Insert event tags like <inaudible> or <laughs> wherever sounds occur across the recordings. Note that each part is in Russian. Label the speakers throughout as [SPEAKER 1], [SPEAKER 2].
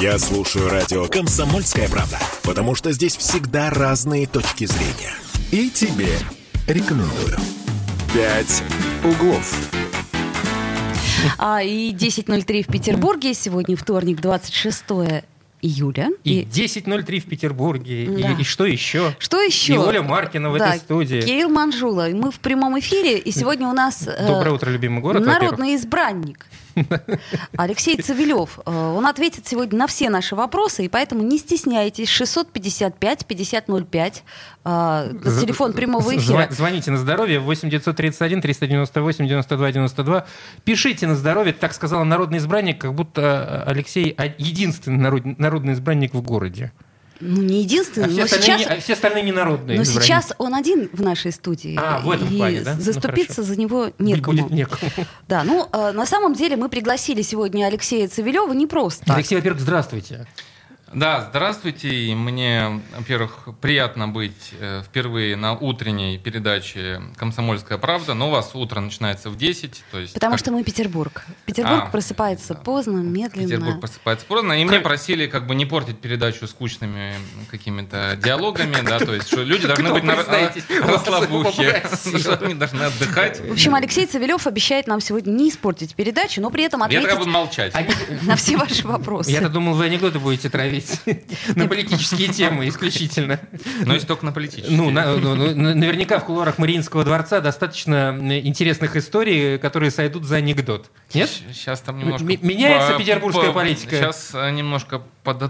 [SPEAKER 1] Я слушаю радио «Комсомольская правда», потому что здесь всегда разные точки зрения. И тебе рекомендую. «Пять углов».
[SPEAKER 2] А, и 10.03 в Петербурге. Сегодня вторник, 26 июля.
[SPEAKER 3] И, 10.03 в Петербурге, и-
[SPEAKER 2] Да.
[SPEAKER 3] и, что еще?
[SPEAKER 2] Что еще?
[SPEAKER 3] И Оля Маркина в
[SPEAKER 2] Да,
[SPEAKER 3] этой студии.
[SPEAKER 2] Кирилл Манжула. И Мы в прямом эфире, и сегодня у нас... э,
[SPEAKER 3] Доброе утро, любимый город, во-первых.
[SPEAKER 2] Народный
[SPEAKER 3] <laughs>
[SPEAKER 2] избранник. Алексей Цивилев. Э, Он ответит сегодня на все наши вопросы, и поэтому не стесняйтесь. 655-5005. э, Телефон прямого
[SPEAKER 3] З-
[SPEAKER 2] эфира.
[SPEAKER 3] зва- Звоните на здоровье 8 931 398 92 92. Пишите на здоровье, так сказала народный избранник, как будто э, Алексей а- единственный народ- народный избранник в городе.
[SPEAKER 2] Ну, не
[SPEAKER 3] А
[SPEAKER 2] единственный,
[SPEAKER 3] все,
[SPEAKER 2] но сейчас...
[SPEAKER 3] остальные, не- а все остальные не народные.
[SPEAKER 2] Но
[SPEAKER 3] избранники.
[SPEAKER 2] сейчас он один в нашей студии.
[SPEAKER 3] А, в этом
[SPEAKER 2] и
[SPEAKER 3] плане, да? Ну,
[SPEAKER 2] заступиться
[SPEAKER 3] хорошо.
[SPEAKER 2] за него некому.
[SPEAKER 3] Будет некому.
[SPEAKER 2] <laughs> Да, ну, э, на самом деле мы пригласили сегодня Алексея Цивилева не просто. так.
[SPEAKER 3] Алексей, во-первых, здравствуйте.
[SPEAKER 4] Да, здравствуйте. И Мне, во-первых, приятно быть э, впервые на утренней передаче «Комсомольская правда», но у вас утро начинается в 10, то есть...
[SPEAKER 2] Потому
[SPEAKER 4] как
[SPEAKER 2] что мы Петербург. Петербург
[SPEAKER 4] А,
[SPEAKER 2] просыпается
[SPEAKER 4] да.
[SPEAKER 2] поздно, медленно.
[SPEAKER 4] Петербург просыпается поздно, и мне просили как бы не портить передачу скучными какими-то диалогами, да, то есть что люди должны
[SPEAKER 3] Кто,
[SPEAKER 4] быть на
[SPEAKER 3] признайтесь,
[SPEAKER 4] на
[SPEAKER 3] вас
[SPEAKER 4] расслабухе,
[SPEAKER 3] попросил?
[SPEAKER 4] что они должны отдыхать.
[SPEAKER 2] В общем, Алексей Цивилев обещает нам сегодня не испортить передачу, но при этом
[SPEAKER 4] Я тогда буду
[SPEAKER 2] ответить
[SPEAKER 4] молчать.
[SPEAKER 2] <laughs> на все
[SPEAKER 4] <laughs>
[SPEAKER 2] ваши вопросы.
[SPEAKER 3] А Я-то думал, вы анекдоты
[SPEAKER 2] <laughs>
[SPEAKER 3] будете травить на политические темы исключительно.
[SPEAKER 4] Но если только на политические.
[SPEAKER 3] Ну, на- ну, ну, на- наверняка в кулуарах Мариинского дворца достаточно э, интересных историй, которые сойдут за анекдот. Нет?
[SPEAKER 4] Сейчас там
[SPEAKER 3] М-
[SPEAKER 4] немножко...
[SPEAKER 3] м- меняется петербургская политика?
[SPEAKER 4] Сейчас э, немножко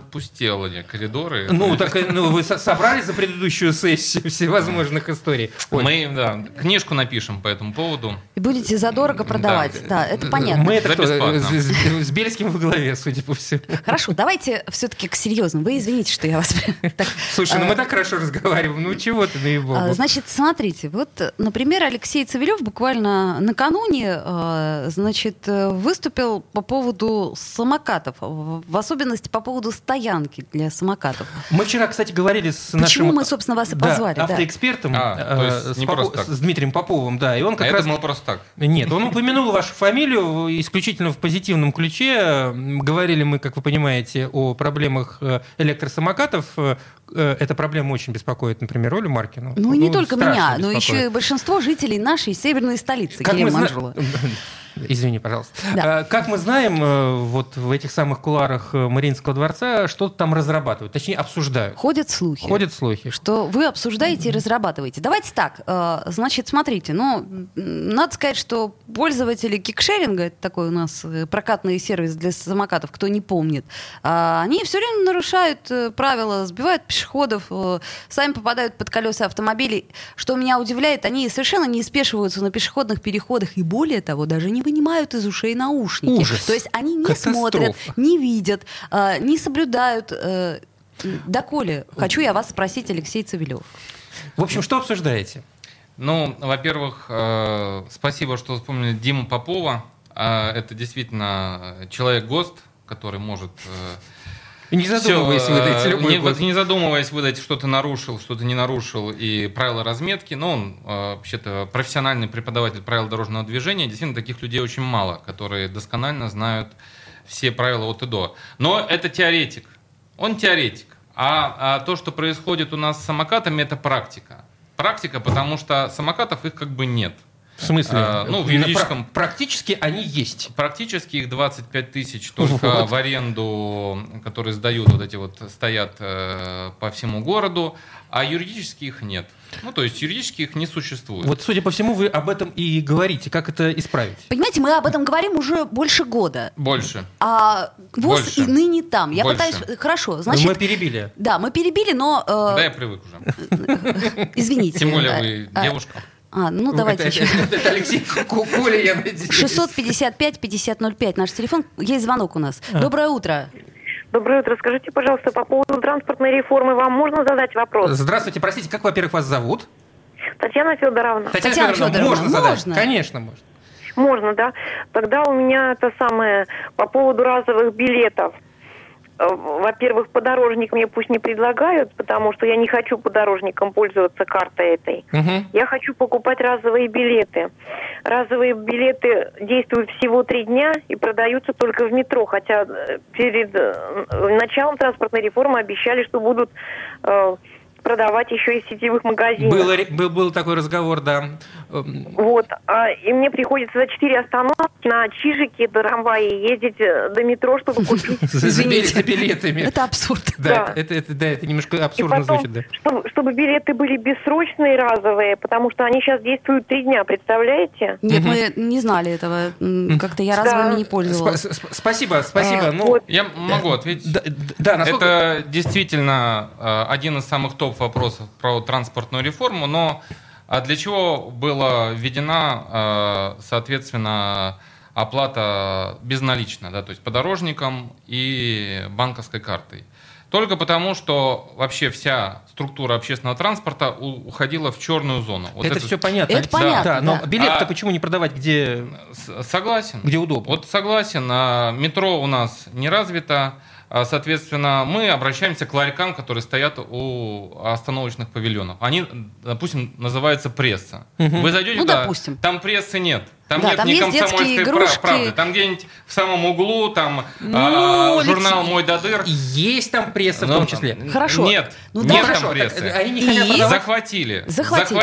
[SPEAKER 4] подотпустело коридоры.
[SPEAKER 3] Ну, так э, ну, вы со- собрали за предыдущую сессию <laughs> всевозможных историй. Ой, Ну,
[SPEAKER 4] Мы, да, книжку напишем по этому поводу.
[SPEAKER 2] И будете задорого
[SPEAKER 4] Да.
[SPEAKER 2] продавать. Да, это понятно.
[SPEAKER 4] <laughs>
[SPEAKER 3] мы это
[SPEAKER 4] За
[SPEAKER 3] кто? Э,
[SPEAKER 4] бесплатно.
[SPEAKER 3] С, с- с Бельским во главе, судя по всему.
[SPEAKER 2] Хорошо, давайте все-таки к серьезному. Вы извините, что я вас <laughs> так
[SPEAKER 3] Слушай, ну мы так хорошо разговариваем. Ну чего ты,
[SPEAKER 2] Э, А,
[SPEAKER 3] наебал?
[SPEAKER 2] Значит, смотрите, вот, например, Алексей Цивилев буквально накануне, э, значит, э, выступил по поводу самокатов, в в особенности по поводу стоянки для самокатов.
[SPEAKER 3] Мы вчера, кстати, говорили с нашим... а,
[SPEAKER 2] Почему мы, собственно, вас и
[SPEAKER 3] да,
[SPEAKER 2] позвали? да?
[SPEAKER 3] автоэкспертом,
[SPEAKER 4] А, то есть
[SPEAKER 3] э, с,
[SPEAKER 4] не
[SPEAKER 3] Попо-
[SPEAKER 4] просто так.
[SPEAKER 3] с Дмитрием Поповым, да, и он
[SPEAKER 4] а
[SPEAKER 3] как
[SPEAKER 4] я
[SPEAKER 3] раз
[SPEAKER 4] думал просто так.
[SPEAKER 3] Нет, он упомянул вашу фамилию исключительно в позитивном ключе. М, Говорили мы, как вы понимаете, о проблемах э, электросамокатов. Э, э, Эта проблема очень беспокоит, например, Олю Маркину.
[SPEAKER 2] Ну, и не только
[SPEAKER 3] страшно
[SPEAKER 2] меня, но
[SPEAKER 3] беспокоит.
[SPEAKER 2] еще и большинство жителей нашей северной столицы,
[SPEAKER 3] Как мы
[SPEAKER 2] Кирилла
[SPEAKER 3] зна-
[SPEAKER 2] Манжула.
[SPEAKER 3] <laughs> Извини, пожалуйста.
[SPEAKER 2] Да.
[SPEAKER 3] А, Как мы знаем, э, вот в этих самых куларах э, Мариинского дворца что-то там разрабатывают, точнее обсуждают.
[SPEAKER 2] Ходят слухи.
[SPEAKER 3] Ходят слухи. что-
[SPEAKER 2] что вы обсуждаете и разрабатываете. Давайте так, э, значит, смотрите, ну, м, надо сказать, что пользователи кикшеринга, это такой у нас э, прокатный сервис для самокатов, кто не помнит, а, они все время нарушают э, правила, сбивают пешеходов, э, сами попадают под колеса автомобилей. Что меня удивляет, они совершенно не спешиваются на пешеходных переходах и, более того, даже не вынимают из ушей наушники.
[SPEAKER 3] Ужас.
[SPEAKER 2] То есть они не
[SPEAKER 3] Катастрофа.
[SPEAKER 2] смотрят, не видят, э, не соблюдают... э, Доколе, хочу я вас спросить, Алексей Цивилев.
[SPEAKER 3] В общем, что обсуждаете?
[SPEAKER 4] Ну, во-первых, э, спасибо, что вспомнили Диму Попова. А, Это действительно человек-ГОСТ, который может... э,
[SPEAKER 3] Не задумываясь,
[SPEAKER 4] всё,
[SPEAKER 3] вы дайте
[SPEAKER 4] э,
[SPEAKER 3] любой
[SPEAKER 4] не,
[SPEAKER 3] год.
[SPEAKER 4] не задумываясь выдать, что ты нарушил, что ты не нарушил, и правила разметки. Но он, э, вообще-то, профессиональный преподаватель правил дорожного движения. Действительно, таких людей очень мало, которые досконально знают все правила от и до. Но это теоретик. Он теоретик. А, а то, что происходит у нас с самокатами, это практика. Практика, потому что самокатов их как бы нет.
[SPEAKER 3] В смысле?
[SPEAKER 4] А, ну, в
[SPEAKER 3] На пра-
[SPEAKER 4] юридическом-
[SPEAKER 3] Практически они есть.
[SPEAKER 4] Практически их
[SPEAKER 3] <laughs>
[SPEAKER 4] 25 тысяч только
[SPEAKER 3] Вот.
[SPEAKER 4] в аренду, которые сдают, вот эти вот стоят э, по всему городу, а юридически их нет. Ну, то есть юридически их не существует.
[SPEAKER 3] Вот, судя по всему, вы об этом и говорите. Как это исправить?
[SPEAKER 2] Понимаете, мы об этом говорим уже больше года.
[SPEAKER 4] Больше.
[SPEAKER 2] А ВОЗ
[SPEAKER 4] Больше.
[SPEAKER 2] и ныне там. Я
[SPEAKER 4] Больше. Ну,
[SPEAKER 2] пытаюсь... э, Хорошо,
[SPEAKER 3] мы
[SPEAKER 2] значит...
[SPEAKER 3] перебили.
[SPEAKER 2] Да, мы перебили, но... э,
[SPEAKER 4] Да, я привык уже.
[SPEAKER 2] Извините.
[SPEAKER 4] Тем более
[SPEAKER 2] э,
[SPEAKER 4] вы
[SPEAKER 2] а,
[SPEAKER 4] девушка.
[SPEAKER 2] А, ну давайте
[SPEAKER 3] это,
[SPEAKER 2] еще.
[SPEAKER 3] это- это Алексей Куколя, я надеюсь.
[SPEAKER 2] 655-5005 наш телефон. Есть звонок у нас.
[SPEAKER 3] А.
[SPEAKER 2] Доброе утро.
[SPEAKER 5] Доброе утро. Скажите, пожалуйста, по поводу транспортной реформы вам можно задать вопрос?
[SPEAKER 3] Здравствуйте, простите, как, во-первых, вас зовут?
[SPEAKER 5] Татьяна Федоровна.
[SPEAKER 2] Татьяна Федоровна,
[SPEAKER 3] можно задать?
[SPEAKER 2] можно?
[SPEAKER 3] Конечно, можно.
[SPEAKER 5] Можно, да? Тогда у меня это самое по поводу разовых билетов. Э, во-первых, подорожник мне пусть не предлагают, потому что я не хочу подорожником пользоваться картой этой.
[SPEAKER 3] Мгм.
[SPEAKER 5] Я хочу покупать разовые билеты. Разовые билеты действуют всего три дня и продаются только в метро, хотя э, перед э, началом транспортной реформы обещали, что будут э, продавать еще и в сетевых магазинах.
[SPEAKER 3] Было ре- был, был такой разговор, да. Эм,
[SPEAKER 5] Вот, а, и мне приходится за четыре остановки на Чижике до трамвае ездить э, до метро, чтобы
[SPEAKER 3] <laughs>
[SPEAKER 5] купить.
[SPEAKER 3] за- за билет-
[SPEAKER 2] Извините.
[SPEAKER 3] за билетами.
[SPEAKER 2] Это абсурд.
[SPEAKER 3] Да,
[SPEAKER 5] Да.
[SPEAKER 3] это, это- да, это немножко
[SPEAKER 5] И
[SPEAKER 3] абсурдно
[SPEAKER 5] потом,
[SPEAKER 3] звучит, да.
[SPEAKER 5] чтобы, чтобы билеты были бессрочные, разовые, потому что они сейчас действуют три дня, представляете?
[SPEAKER 2] Нет,
[SPEAKER 3] Мгм.
[SPEAKER 2] мы не знали этого. М, Как-то я
[SPEAKER 5] Да.
[SPEAKER 2] разовыми не
[SPEAKER 3] Спа-
[SPEAKER 2] пользовалась.
[SPEAKER 3] с- с- Спасибо, спасибо.
[SPEAKER 2] А,
[SPEAKER 3] ну,
[SPEAKER 5] вот.
[SPEAKER 4] Я могу ответить.
[SPEAKER 3] да, да, да, насколько-
[SPEAKER 4] Это действительно э, один из самых топ вопросов про транспортную реформу, но а для чего была введена, э, соответственно, оплата безналично, да, то есть подорожником и банковской картой? Только потому, что вообще вся структура общественного транспорта у- уходила в черную зону. Вот
[SPEAKER 3] это,
[SPEAKER 4] это-
[SPEAKER 3] все понятно.
[SPEAKER 2] Это понятно,
[SPEAKER 3] Да, но
[SPEAKER 2] да.
[SPEAKER 3] билет-то
[SPEAKER 4] А-
[SPEAKER 3] почему не продавать, где,
[SPEAKER 4] С- Согласен.
[SPEAKER 3] где удобно?
[SPEAKER 4] Вот согласен, а, метро у нас не развито, а, соответственно, мы обращаемся к ларькам, которые стоят у остановочных павильонов. Они, допустим, называются пресса.
[SPEAKER 3] Мгм.
[SPEAKER 4] Вы зайдете
[SPEAKER 2] Ну,
[SPEAKER 4] туда,
[SPEAKER 2] допустим.
[SPEAKER 4] там прессы нет. Там
[SPEAKER 2] Да,
[SPEAKER 4] нет
[SPEAKER 2] там
[SPEAKER 4] ни
[SPEAKER 2] есть детские
[SPEAKER 4] комсомольской пра-
[SPEAKER 2] игрушки.
[SPEAKER 4] правды. Там где-нибудь в самом углу, там
[SPEAKER 3] Ну,
[SPEAKER 4] а,
[SPEAKER 3] Алексей,
[SPEAKER 4] журнал «Мой Дадыр».
[SPEAKER 3] Есть там пресса в
[SPEAKER 4] Ну,
[SPEAKER 3] том числе.
[SPEAKER 4] н-
[SPEAKER 2] Хорошо.
[SPEAKER 4] Нет,
[SPEAKER 2] Ну, да,
[SPEAKER 4] нет
[SPEAKER 3] хорошо,
[SPEAKER 4] там
[SPEAKER 3] так,
[SPEAKER 4] прессы.
[SPEAKER 3] э, они не
[SPEAKER 2] И-
[SPEAKER 3] хотят продавать.
[SPEAKER 4] Захватили.
[SPEAKER 2] Захватили.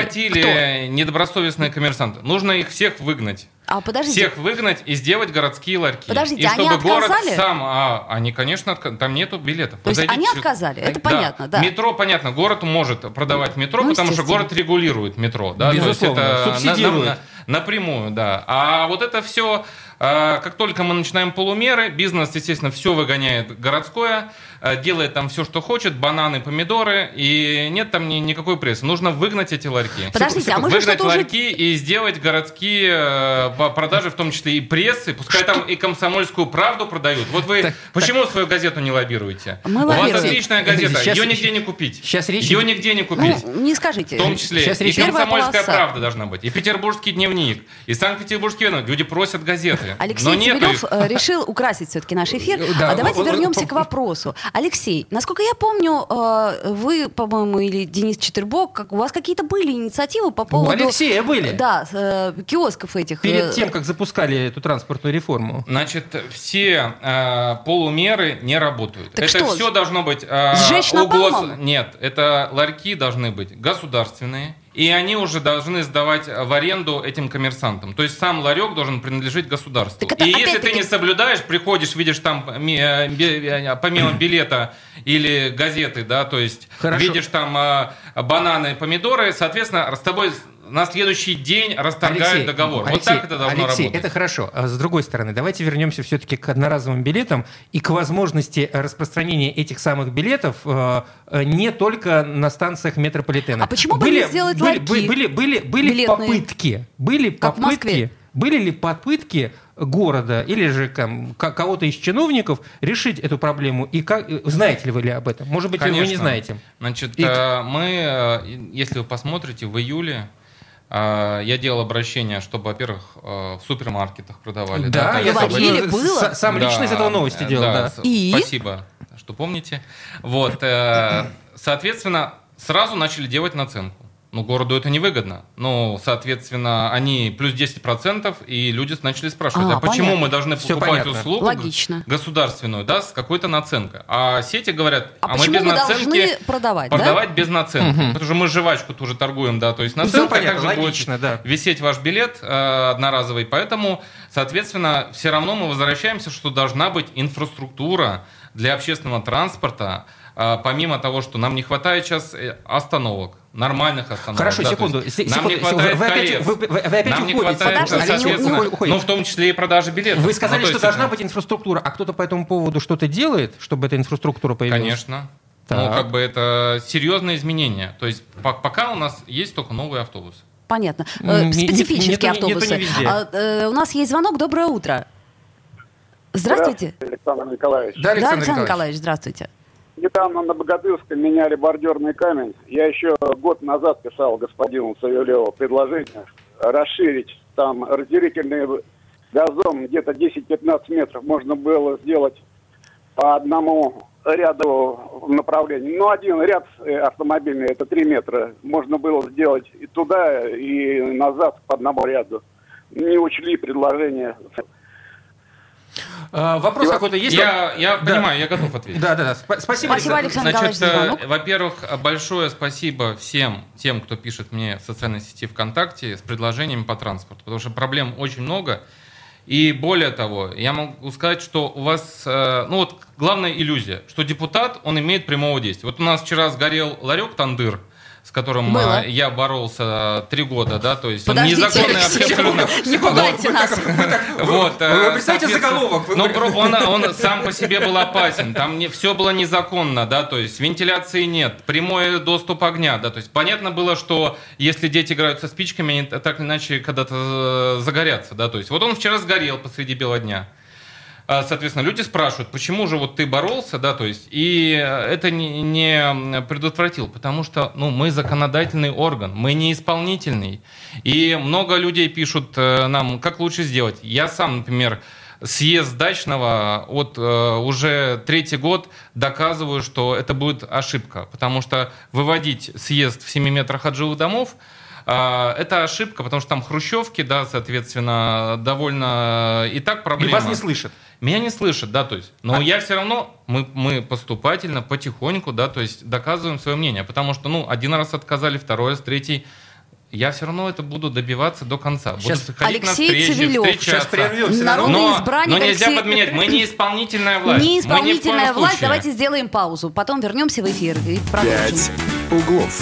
[SPEAKER 4] Захватили недобросовестные коммерсанты. Нужно их всех выгнать
[SPEAKER 2] А подождите,
[SPEAKER 4] всех выгнать и сделать городские ларьки.
[SPEAKER 2] Подождите,
[SPEAKER 4] и
[SPEAKER 2] они
[SPEAKER 4] чтобы город
[SPEAKER 2] отказали?
[SPEAKER 4] сам, а, они, конечно, отка- там нету билетов.
[SPEAKER 2] То есть
[SPEAKER 4] Подойдите
[SPEAKER 2] они
[SPEAKER 4] через-
[SPEAKER 2] отказали, это
[SPEAKER 4] Да.
[SPEAKER 2] понятно, да.
[SPEAKER 4] Метро, понятно, город может продавать метро,
[SPEAKER 2] Ну,
[SPEAKER 4] потому что
[SPEAKER 2] естественно.
[SPEAKER 4] город регулирует метро, да, то есть
[SPEAKER 3] Безусловно,
[SPEAKER 4] это на-
[SPEAKER 3] субсидирует.
[SPEAKER 4] на- на- напрямую, да. А вот это все, как только мы начинаем полумеры, бизнес, естественно, все выгоняет городское, э, делает там все, что хочет, бананы, помидоры, и нет там ни- никакой прессы. Нужно выгнать эти ларьки.
[SPEAKER 2] Подождите, а мы же
[SPEAKER 4] Выгнать
[SPEAKER 2] что-то уже-
[SPEAKER 4] ларьки и сделать городские э, по- продажи, в том числе и прессы, пускай там и комсомольскую правду продают. Вот вы почему свою газету не лоббируете?
[SPEAKER 2] Мы
[SPEAKER 4] У вас
[SPEAKER 2] лоббируем.
[SPEAKER 4] отличная газета,
[SPEAKER 3] Сейчас-
[SPEAKER 4] ее нигде не купить.
[SPEAKER 3] сейчас речь
[SPEAKER 4] Ее
[SPEAKER 3] идет-
[SPEAKER 4] нигде не купить.
[SPEAKER 2] ну, не скажите.
[SPEAKER 4] В том числе
[SPEAKER 3] Сейчас
[SPEAKER 4] и
[SPEAKER 3] речь идет-
[SPEAKER 2] Первая
[SPEAKER 4] комсомольская
[SPEAKER 2] полоса.
[SPEAKER 4] правда должна быть, и петербургский дневник, и санкт-петербургский вестник. Люди просят газеты.
[SPEAKER 2] Алексей
[SPEAKER 4] но нету
[SPEAKER 2] Цивилев
[SPEAKER 4] их.
[SPEAKER 2] э, решил украсить все-таки наш эфир.
[SPEAKER 3] Э, да.
[SPEAKER 2] А давайте
[SPEAKER 3] Э, э,
[SPEAKER 2] вернемся
[SPEAKER 3] э,
[SPEAKER 2] к вопросу. Алексей, насколько я помню, э, вы, по-моему, или Денис Четербок, как- у вас какие-то были инициативы по
[SPEAKER 3] У
[SPEAKER 2] поводу...
[SPEAKER 3] Алексея были.
[SPEAKER 2] Да, э, киосков этих. э,
[SPEAKER 3] Перед тем, как запускали эту транспортную реформу.
[SPEAKER 4] Значит, все э, полумеры не работают.
[SPEAKER 2] Так
[SPEAKER 4] это
[SPEAKER 2] что,
[SPEAKER 4] все должно быть... э,
[SPEAKER 2] сжечь
[SPEAKER 4] у
[SPEAKER 2] напалмом?
[SPEAKER 4] гос- Нет, это ларьки должны быть государственные, и они уже должны сдавать в аренду этим коммерсантам. То есть сам ларек должен принадлежать государству.
[SPEAKER 2] Так это
[SPEAKER 4] и если ты
[SPEAKER 2] опять-таки-
[SPEAKER 4] не соблюдаешь, приходишь, видишь там ми- э, би- э,
[SPEAKER 3] <clears throat>
[SPEAKER 4] помимо билета или газеты, да, то есть
[SPEAKER 3] Хорошо.
[SPEAKER 4] видишь там э, бананы, помидоры, соответственно, с тобой на следующий день расторгают
[SPEAKER 3] Алексей,
[SPEAKER 4] договор. вот
[SPEAKER 3] Алексей,
[SPEAKER 4] так это должно
[SPEAKER 3] Алексей,
[SPEAKER 4] работать.
[SPEAKER 3] это хорошо. А С другой стороны, давайте вернемся все-таки к одноразовым билетам и к возможности распространения этих самых билетов э, э, не только на станциях метрополитена.
[SPEAKER 2] А почему бы не сделать
[SPEAKER 3] были,
[SPEAKER 2] ларьки?
[SPEAKER 3] Были, были, были
[SPEAKER 2] Билетные.
[SPEAKER 3] попытки. Были
[SPEAKER 2] Как в
[SPEAKER 3] попытки.
[SPEAKER 2] Москве?
[SPEAKER 3] Были ли попытки города или же ком- ко- кого-то из чиновников решить эту проблему? И как, э, знаете ли вы ли об этом? Может быть, вы не
[SPEAKER 4] Конечно.
[SPEAKER 3] знаете.
[SPEAKER 4] Значит,
[SPEAKER 3] И-
[SPEAKER 4] э, мы, э, и- если вы посмотрите, в июле э, я делал обращение, чтобы, во-первых, э, в супермаркетах продавали.
[SPEAKER 3] Да,
[SPEAKER 4] то
[SPEAKER 3] я
[SPEAKER 4] есть
[SPEAKER 2] Говорили,
[SPEAKER 4] об этом-
[SPEAKER 3] собственно,
[SPEAKER 2] было.
[SPEAKER 3] с- сам лично
[SPEAKER 4] Да,
[SPEAKER 3] из этого новости
[SPEAKER 4] э,
[SPEAKER 3] делал. да.
[SPEAKER 4] с-
[SPEAKER 2] И?
[SPEAKER 4] Спасибо, что помните. Вот, э, соответственно, сразу начали делать наценку. Ну, городу это невыгодно. Ну, соответственно, они плюс 10%, и люди начали спрашивать,
[SPEAKER 2] А,
[SPEAKER 4] а, почему
[SPEAKER 2] понятно.
[SPEAKER 4] мы должны
[SPEAKER 3] Всё
[SPEAKER 4] покупать
[SPEAKER 3] понятно.
[SPEAKER 4] услугу
[SPEAKER 2] Логично.
[SPEAKER 4] государственную, да, с какой-то наценкой? А сети говорят,
[SPEAKER 2] А,
[SPEAKER 4] а, мы
[SPEAKER 2] почему
[SPEAKER 4] без
[SPEAKER 2] мы
[SPEAKER 4] наценки
[SPEAKER 2] должны продавать, да?
[SPEAKER 4] Продавать без наценки. Потому что мы жвачку тоже торгуем, да. То есть
[SPEAKER 3] Всё
[SPEAKER 4] наценка
[SPEAKER 3] Ну, понятно,
[SPEAKER 4] также
[SPEAKER 3] логично,
[SPEAKER 4] будет
[SPEAKER 3] да.
[SPEAKER 4] висеть ваш билет э, одноразовый. Поэтому, соответственно, все равно мы возвращаемся, что должна быть инфраструктура для общественного транспорта. э, помимо того, что нам не хватает сейчас э, остановок, нормальных остановок.
[SPEAKER 3] Хорошо,
[SPEAKER 4] да, то
[SPEAKER 3] секунду,
[SPEAKER 4] есть
[SPEAKER 3] се-
[SPEAKER 4] Нам
[SPEAKER 3] секунду,
[SPEAKER 4] не хватает
[SPEAKER 3] вы опять-
[SPEAKER 4] колец,
[SPEAKER 3] вы- вы- вы опять
[SPEAKER 4] Нам не
[SPEAKER 3] уходите.
[SPEAKER 4] хватает,
[SPEAKER 2] Подождите,
[SPEAKER 4] соответственно,
[SPEAKER 2] не
[SPEAKER 3] уходите.
[SPEAKER 4] ну, в том числе и продажи билетов.
[SPEAKER 3] Вы сказали,
[SPEAKER 4] Ну, то
[SPEAKER 3] что
[SPEAKER 4] есть
[SPEAKER 3] должна
[SPEAKER 4] это-
[SPEAKER 3] быть инфraструктура, а кто-то по этому поводу что-то делает, чтобы эта инфраструктура появилась?
[SPEAKER 4] Конечно.
[SPEAKER 3] Так.
[SPEAKER 4] Ну, как бы это серьезные изменения. То есть по- пока у нас есть только новый автобус.
[SPEAKER 2] Понятно. Э,
[SPEAKER 3] М, не- не- нету-
[SPEAKER 2] Специфические
[SPEAKER 3] нету не
[SPEAKER 2] автобусы.
[SPEAKER 3] везде.
[SPEAKER 2] А, э, У нас есть звонок. Доброе утро. Здравствуйте.
[SPEAKER 6] Александр Николаевич.
[SPEAKER 3] Да, Александр,
[SPEAKER 2] Александр
[SPEAKER 3] Николаевич.
[SPEAKER 2] Николаевич, здравствуйте.
[SPEAKER 6] Недавно на Богатырском меняли бордерный камень. Я еще год назад писал господину Савелеву предложение расширить там разделительный газон где-то 10-15 метров. Можно было сделать по одному ряду направлений. Ну, один ряд э, автомобильный, это 3 метра. Можно было сделать и туда, и назад по одному ряду. Не учли предложение.
[SPEAKER 3] А, вопрос какой-то есть?
[SPEAKER 4] Я, я
[SPEAKER 3] Да.
[SPEAKER 4] понимаю, я готов ответить.
[SPEAKER 3] Да, да, да. Спа- Спасибо.
[SPEAKER 2] Спасибо, Александр
[SPEAKER 4] Значит,
[SPEAKER 2] Николаевич, за звонок.
[SPEAKER 4] э, во-первых, большое спасибо всем тем, кто пишет мне в социальной сети ВКонтакте с предложениями по транспорту, потому что проблем очень много. И более того, я могу сказать, что у вас, э, ну вот главная иллюзия, что депутат, он имеет прямого действия. Вот у нас вчера сгорел ларек Тандыр, с которым э,
[SPEAKER 2] Было.
[SPEAKER 4] я боролся э, три года, да, то есть он
[SPEAKER 2] Подождите,
[SPEAKER 3] а
[SPEAKER 4] незаконный абсолютно.
[SPEAKER 2] <laughs> не пугайте нас.
[SPEAKER 4] Вот,
[SPEAKER 3] Ну, Вы
[SPEAKER 4] э,
[SPEAKER 3] представьте
[SPEAKER 4] соответственно,
[SPEAKER 3] заголовок, вы-
[SPEAKER 4] Но про- он, он сам по себе был опасен. Там не, все было незаконно, да, то есть вентиляции нет, прямой доступ огня, да, то есть понятно было, что если дети играют со спичками, они так или иначе когда-то э, загорятся, да, то есть вот он вчера сгорел посреди бела дня. А, Соответственно, люди спрашивают, почему же вот ты боролся, да, то есть, и э, это не, не предотвратил, потому что, ну, мы законодательный орган, мы не исполнительный, и много людей пишут э, нам, как лучше сделать. Я сам, например, съезд дачного от э, уже третий год доказываю, что это будет ошибка, потому что выводить съезд в 7 метрах от жилых домов а, это ошибка, потому что там хрущевки, да, соответственно, довольно э, и так
[SPEAKER 3] И
[SPEAKER 4] проблема.
[SPEAKER 3] вас не слышат.
[SPEAKER 4] Меня не слышат, да, то есть. Но
[SPEAKER 3] А-
[SPEAKER 4] я все равно, мы, мы поступательно, потихоньку, да, то есть доказываем свое мнение. Потому что, ну, один раз отказали, второй раз, третий. Я все равно это буду добиваться до конца. Буду
[SPEAKER 3] Сейчас
[SPEAKER 4] ходить на
[SPEAKER 2] Алексей
[SPEAKER 4] встречи,
[SPEAKER 2] Цивилев.
[SPEAKER 4] встречаться.
[SPEAKER 3] Сейчас прервемся.
[SPEAKER 2] Народ-
[SPEAKER 3] народ.
[SPEAKER 4] Но,
[SPEAKER 2] избранник
[SPEAKER 4] но нельзя
[SPEAKER 2] Алексей-
[SPEAKER 4] подменять. Мы не
[SPEAKER 2] <laughs>
[SPEAKER 4] исполнительная власть. Мы
[SPEAKER 2] Не
[SPEAKER 4] ни в коем
[SPEAKER 2] исполнительная власть.
[SPEAKER 4] случае.
[SPEAKER 2] Давайте сделаем паузу. Потом вернемся в эфир и продолжим.
[SPEAKER 1] Пять углов.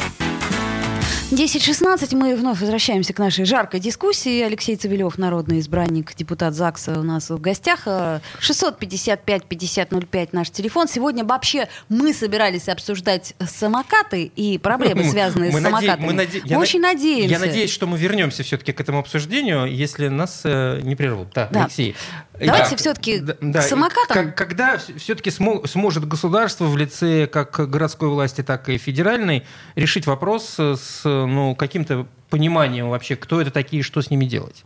[SPEAKER 2] 10.16 мы вновь возвращаемся к нашей жаркой дискуссии. Алексей Цивилев, народный избранник, депутат ЗАГСа у нас в гостях. Э, 655-5005 наш телефон. Сегодня вообще мы собирались обсуждать самокаты и проблемы, связанные
[SPEAKER 3] Ну, Мы
[SPEAKER 2] с
[SPEAKER 3] наде-
[SPEAKER 2] самокатами.
[SPEAKER 3] мы
[SPEAKER 2] Мы,
[SPEAKER 3] наде- я на-
[SPEAKER 2] очень надеемся.
[SPEAKER 3] Я надеюсь, что мы вернемся все-таки к этому обсуждению, если нас э, не прервут. Да,
[SPEAKER 2] Да.
[SPEAKER 3] Алексей.
[SPEAKER 2] Давайте
[SPEAKER 3] Итак,
[SPEAKER 2] всё-таки
[SPEAKER 3] да-
[SPEAKER 2] к
[SPEAKER 3] да, и
[SPEAKER 2] самокатам.
[SPEAKER 3] как- когда все-таки сможет государство в лице как городской власти, так и федеральной решить вопрос э, с э, ну, каким-то пониманием вообще, кто это такие, что с ними делать?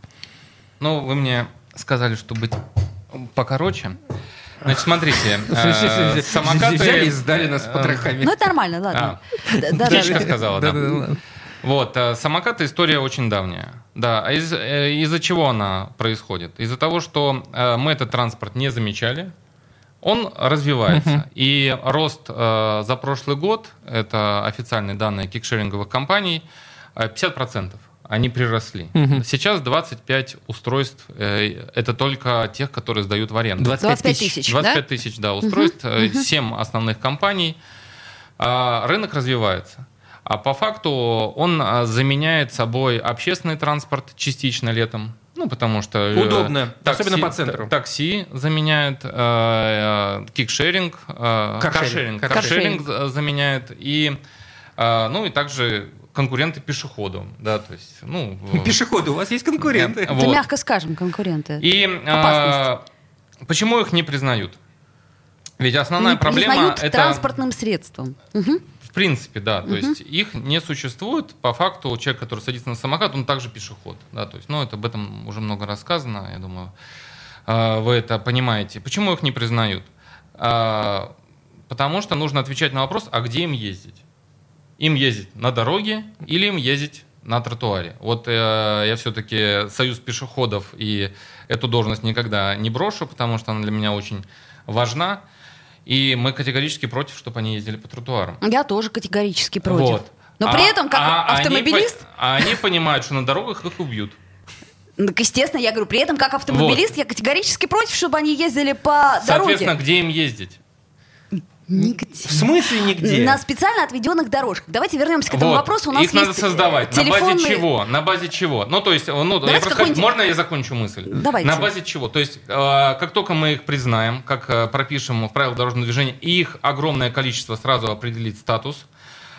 [SPEAKER 4] Ну, вы мне сказали, что быть покороче.
[SPEAKER 3] <laughs>
[SPEAKER 4] Значит, смотрите, э,
[SPEAKER 3] Взяли и
[SPEAKER 4] самокаты... э,
[SPEAKER 3] сдали нас потрохами.
[SPEAKER 2] Ну, это нормально, ладно.
[SPEAKER 4] А.
[SPEAKER 2] Да, да, да.
[SPEAKER 4] Птичка сказала, да.
[SPEAKER 3] Да-да-да.
[SPEAKER 4] Вот, э, самокаты история очень давняя. Да, а из, э, из-за чего она происходит? Из-за того, что э, мы этот транспорт не замечали, он развивается. И рост э, за прошлый год, это официальные данные кикшеринговых компаний, э, 50% они приросли.
[SPEAKER 3] Мгм.
[SPEAKER 4] Сейчас 25 устройств, э, это только тех, которые сдают в аренду.
[SPEAKER 2] 25 тысяч, да?
[SPEAKER 4] 25 тысяч, да, устройств, 7 основных компаний. А, Рынок развивается. А по факту он а, заменяет собой общественный транспорт частично летом. Ну, потому что... э,
[SPEAKER 3] Удобно, особенно по центру.
[SPEAKER 4] та- Такси заменяет, э, э, кикшеринг, э,
[SPEAKER 3] Каршеринг.
[SPEAKER 4] каршеринг, каршеринг за- заменяет. И, э, ну, и также конкуренты пешеходу. Да, то есть, ну... э,
[SPEAKER 3] Пешеходы, у вас есть конкуренты.
[SPEAKER 4] да,
[SPEAKER 2] Это
[SPEAKER 4] вот.
[SPEAKER 2] мягко скажем, конкуренты.
[SPEAKER 4] И э,
[SPEAKER 2] Опасность.
[SPEAKER 4] почему их не признают? Ведь основная
[SPEAKER 2] Не
[SPEAKER 4] проблема
[SPEAKER 2] признают
[SPEAKER 4] это
[SPEAKER 2] транспортным средством. Мгм.
[SPEAKER 4] в принципе, да, то есть их не существует по факту человек, который садится на самокат, он также пешеход, да, то есть, ну это об этом уже много рассказано, я думаю, э, вы это понимаете. Почему их не признают? А, Потому что нужно отвечать на вопрос, а где им ездить? Им ездить на дороге или им ездить на тротуаре? Вот э, я все-таки союз пешеходов и эту должность никогда не брошу, потому что она для меня очень важна. И мы категорически против, чтобы они ездили по тротуарам.
[SPEAKER 2] Я тоже категорически против.
[SPEAKER 4] Вот.
[SPEAKER 2] Но
[SPEAKER 4] А-
[SPEAKER 2] при этом, как
[SPEAKER 4] а они
[SPEAKER 2] автомобилист,
[SPEAKER 4] по- А они понимают, что на дорогах их убьют.
[SPEAKER 2] Ну, так, естественно, я говорю, при этом, как автомобилист, я категорически против, чтобы они ездили по
[SPEAKER 4] Соответственно,
[SPEAKER 2] дороге.
[SPEAKER 4] где им ездить?
[SPEAKER 2] Нигде.
[SPEAKER 3] В смысле нигде?
[SPEAKER 2] На специально отведенных дорожках. Давайте вернемся к этому
[SPEAKER 4] Вот.
[SPEAKER 2] вопросу. У нас
[SPEAKER 4] их надо
[SPEAKER 2] есть, э,
[SPEAKER 4] создавать. На
[SPEAKER 2] телефонные-
[SPEAKER 4] базе чего? На базе чего? Ну, то есть, ну, я
[SPEAKER 2] Давайте
[SPEAKER 4] просто
[SPEAKER 2] какой-нибудь-
[SPEAKER 4] хочу- можно я закончу мысль?
[SPEAKER 2] Давайте.
[SPEAKER 4] На базе чего? То есть, э, как только мы их признаем, как э, пропишем в правилах дорожного движения, и их огромное количество сразу определит статус,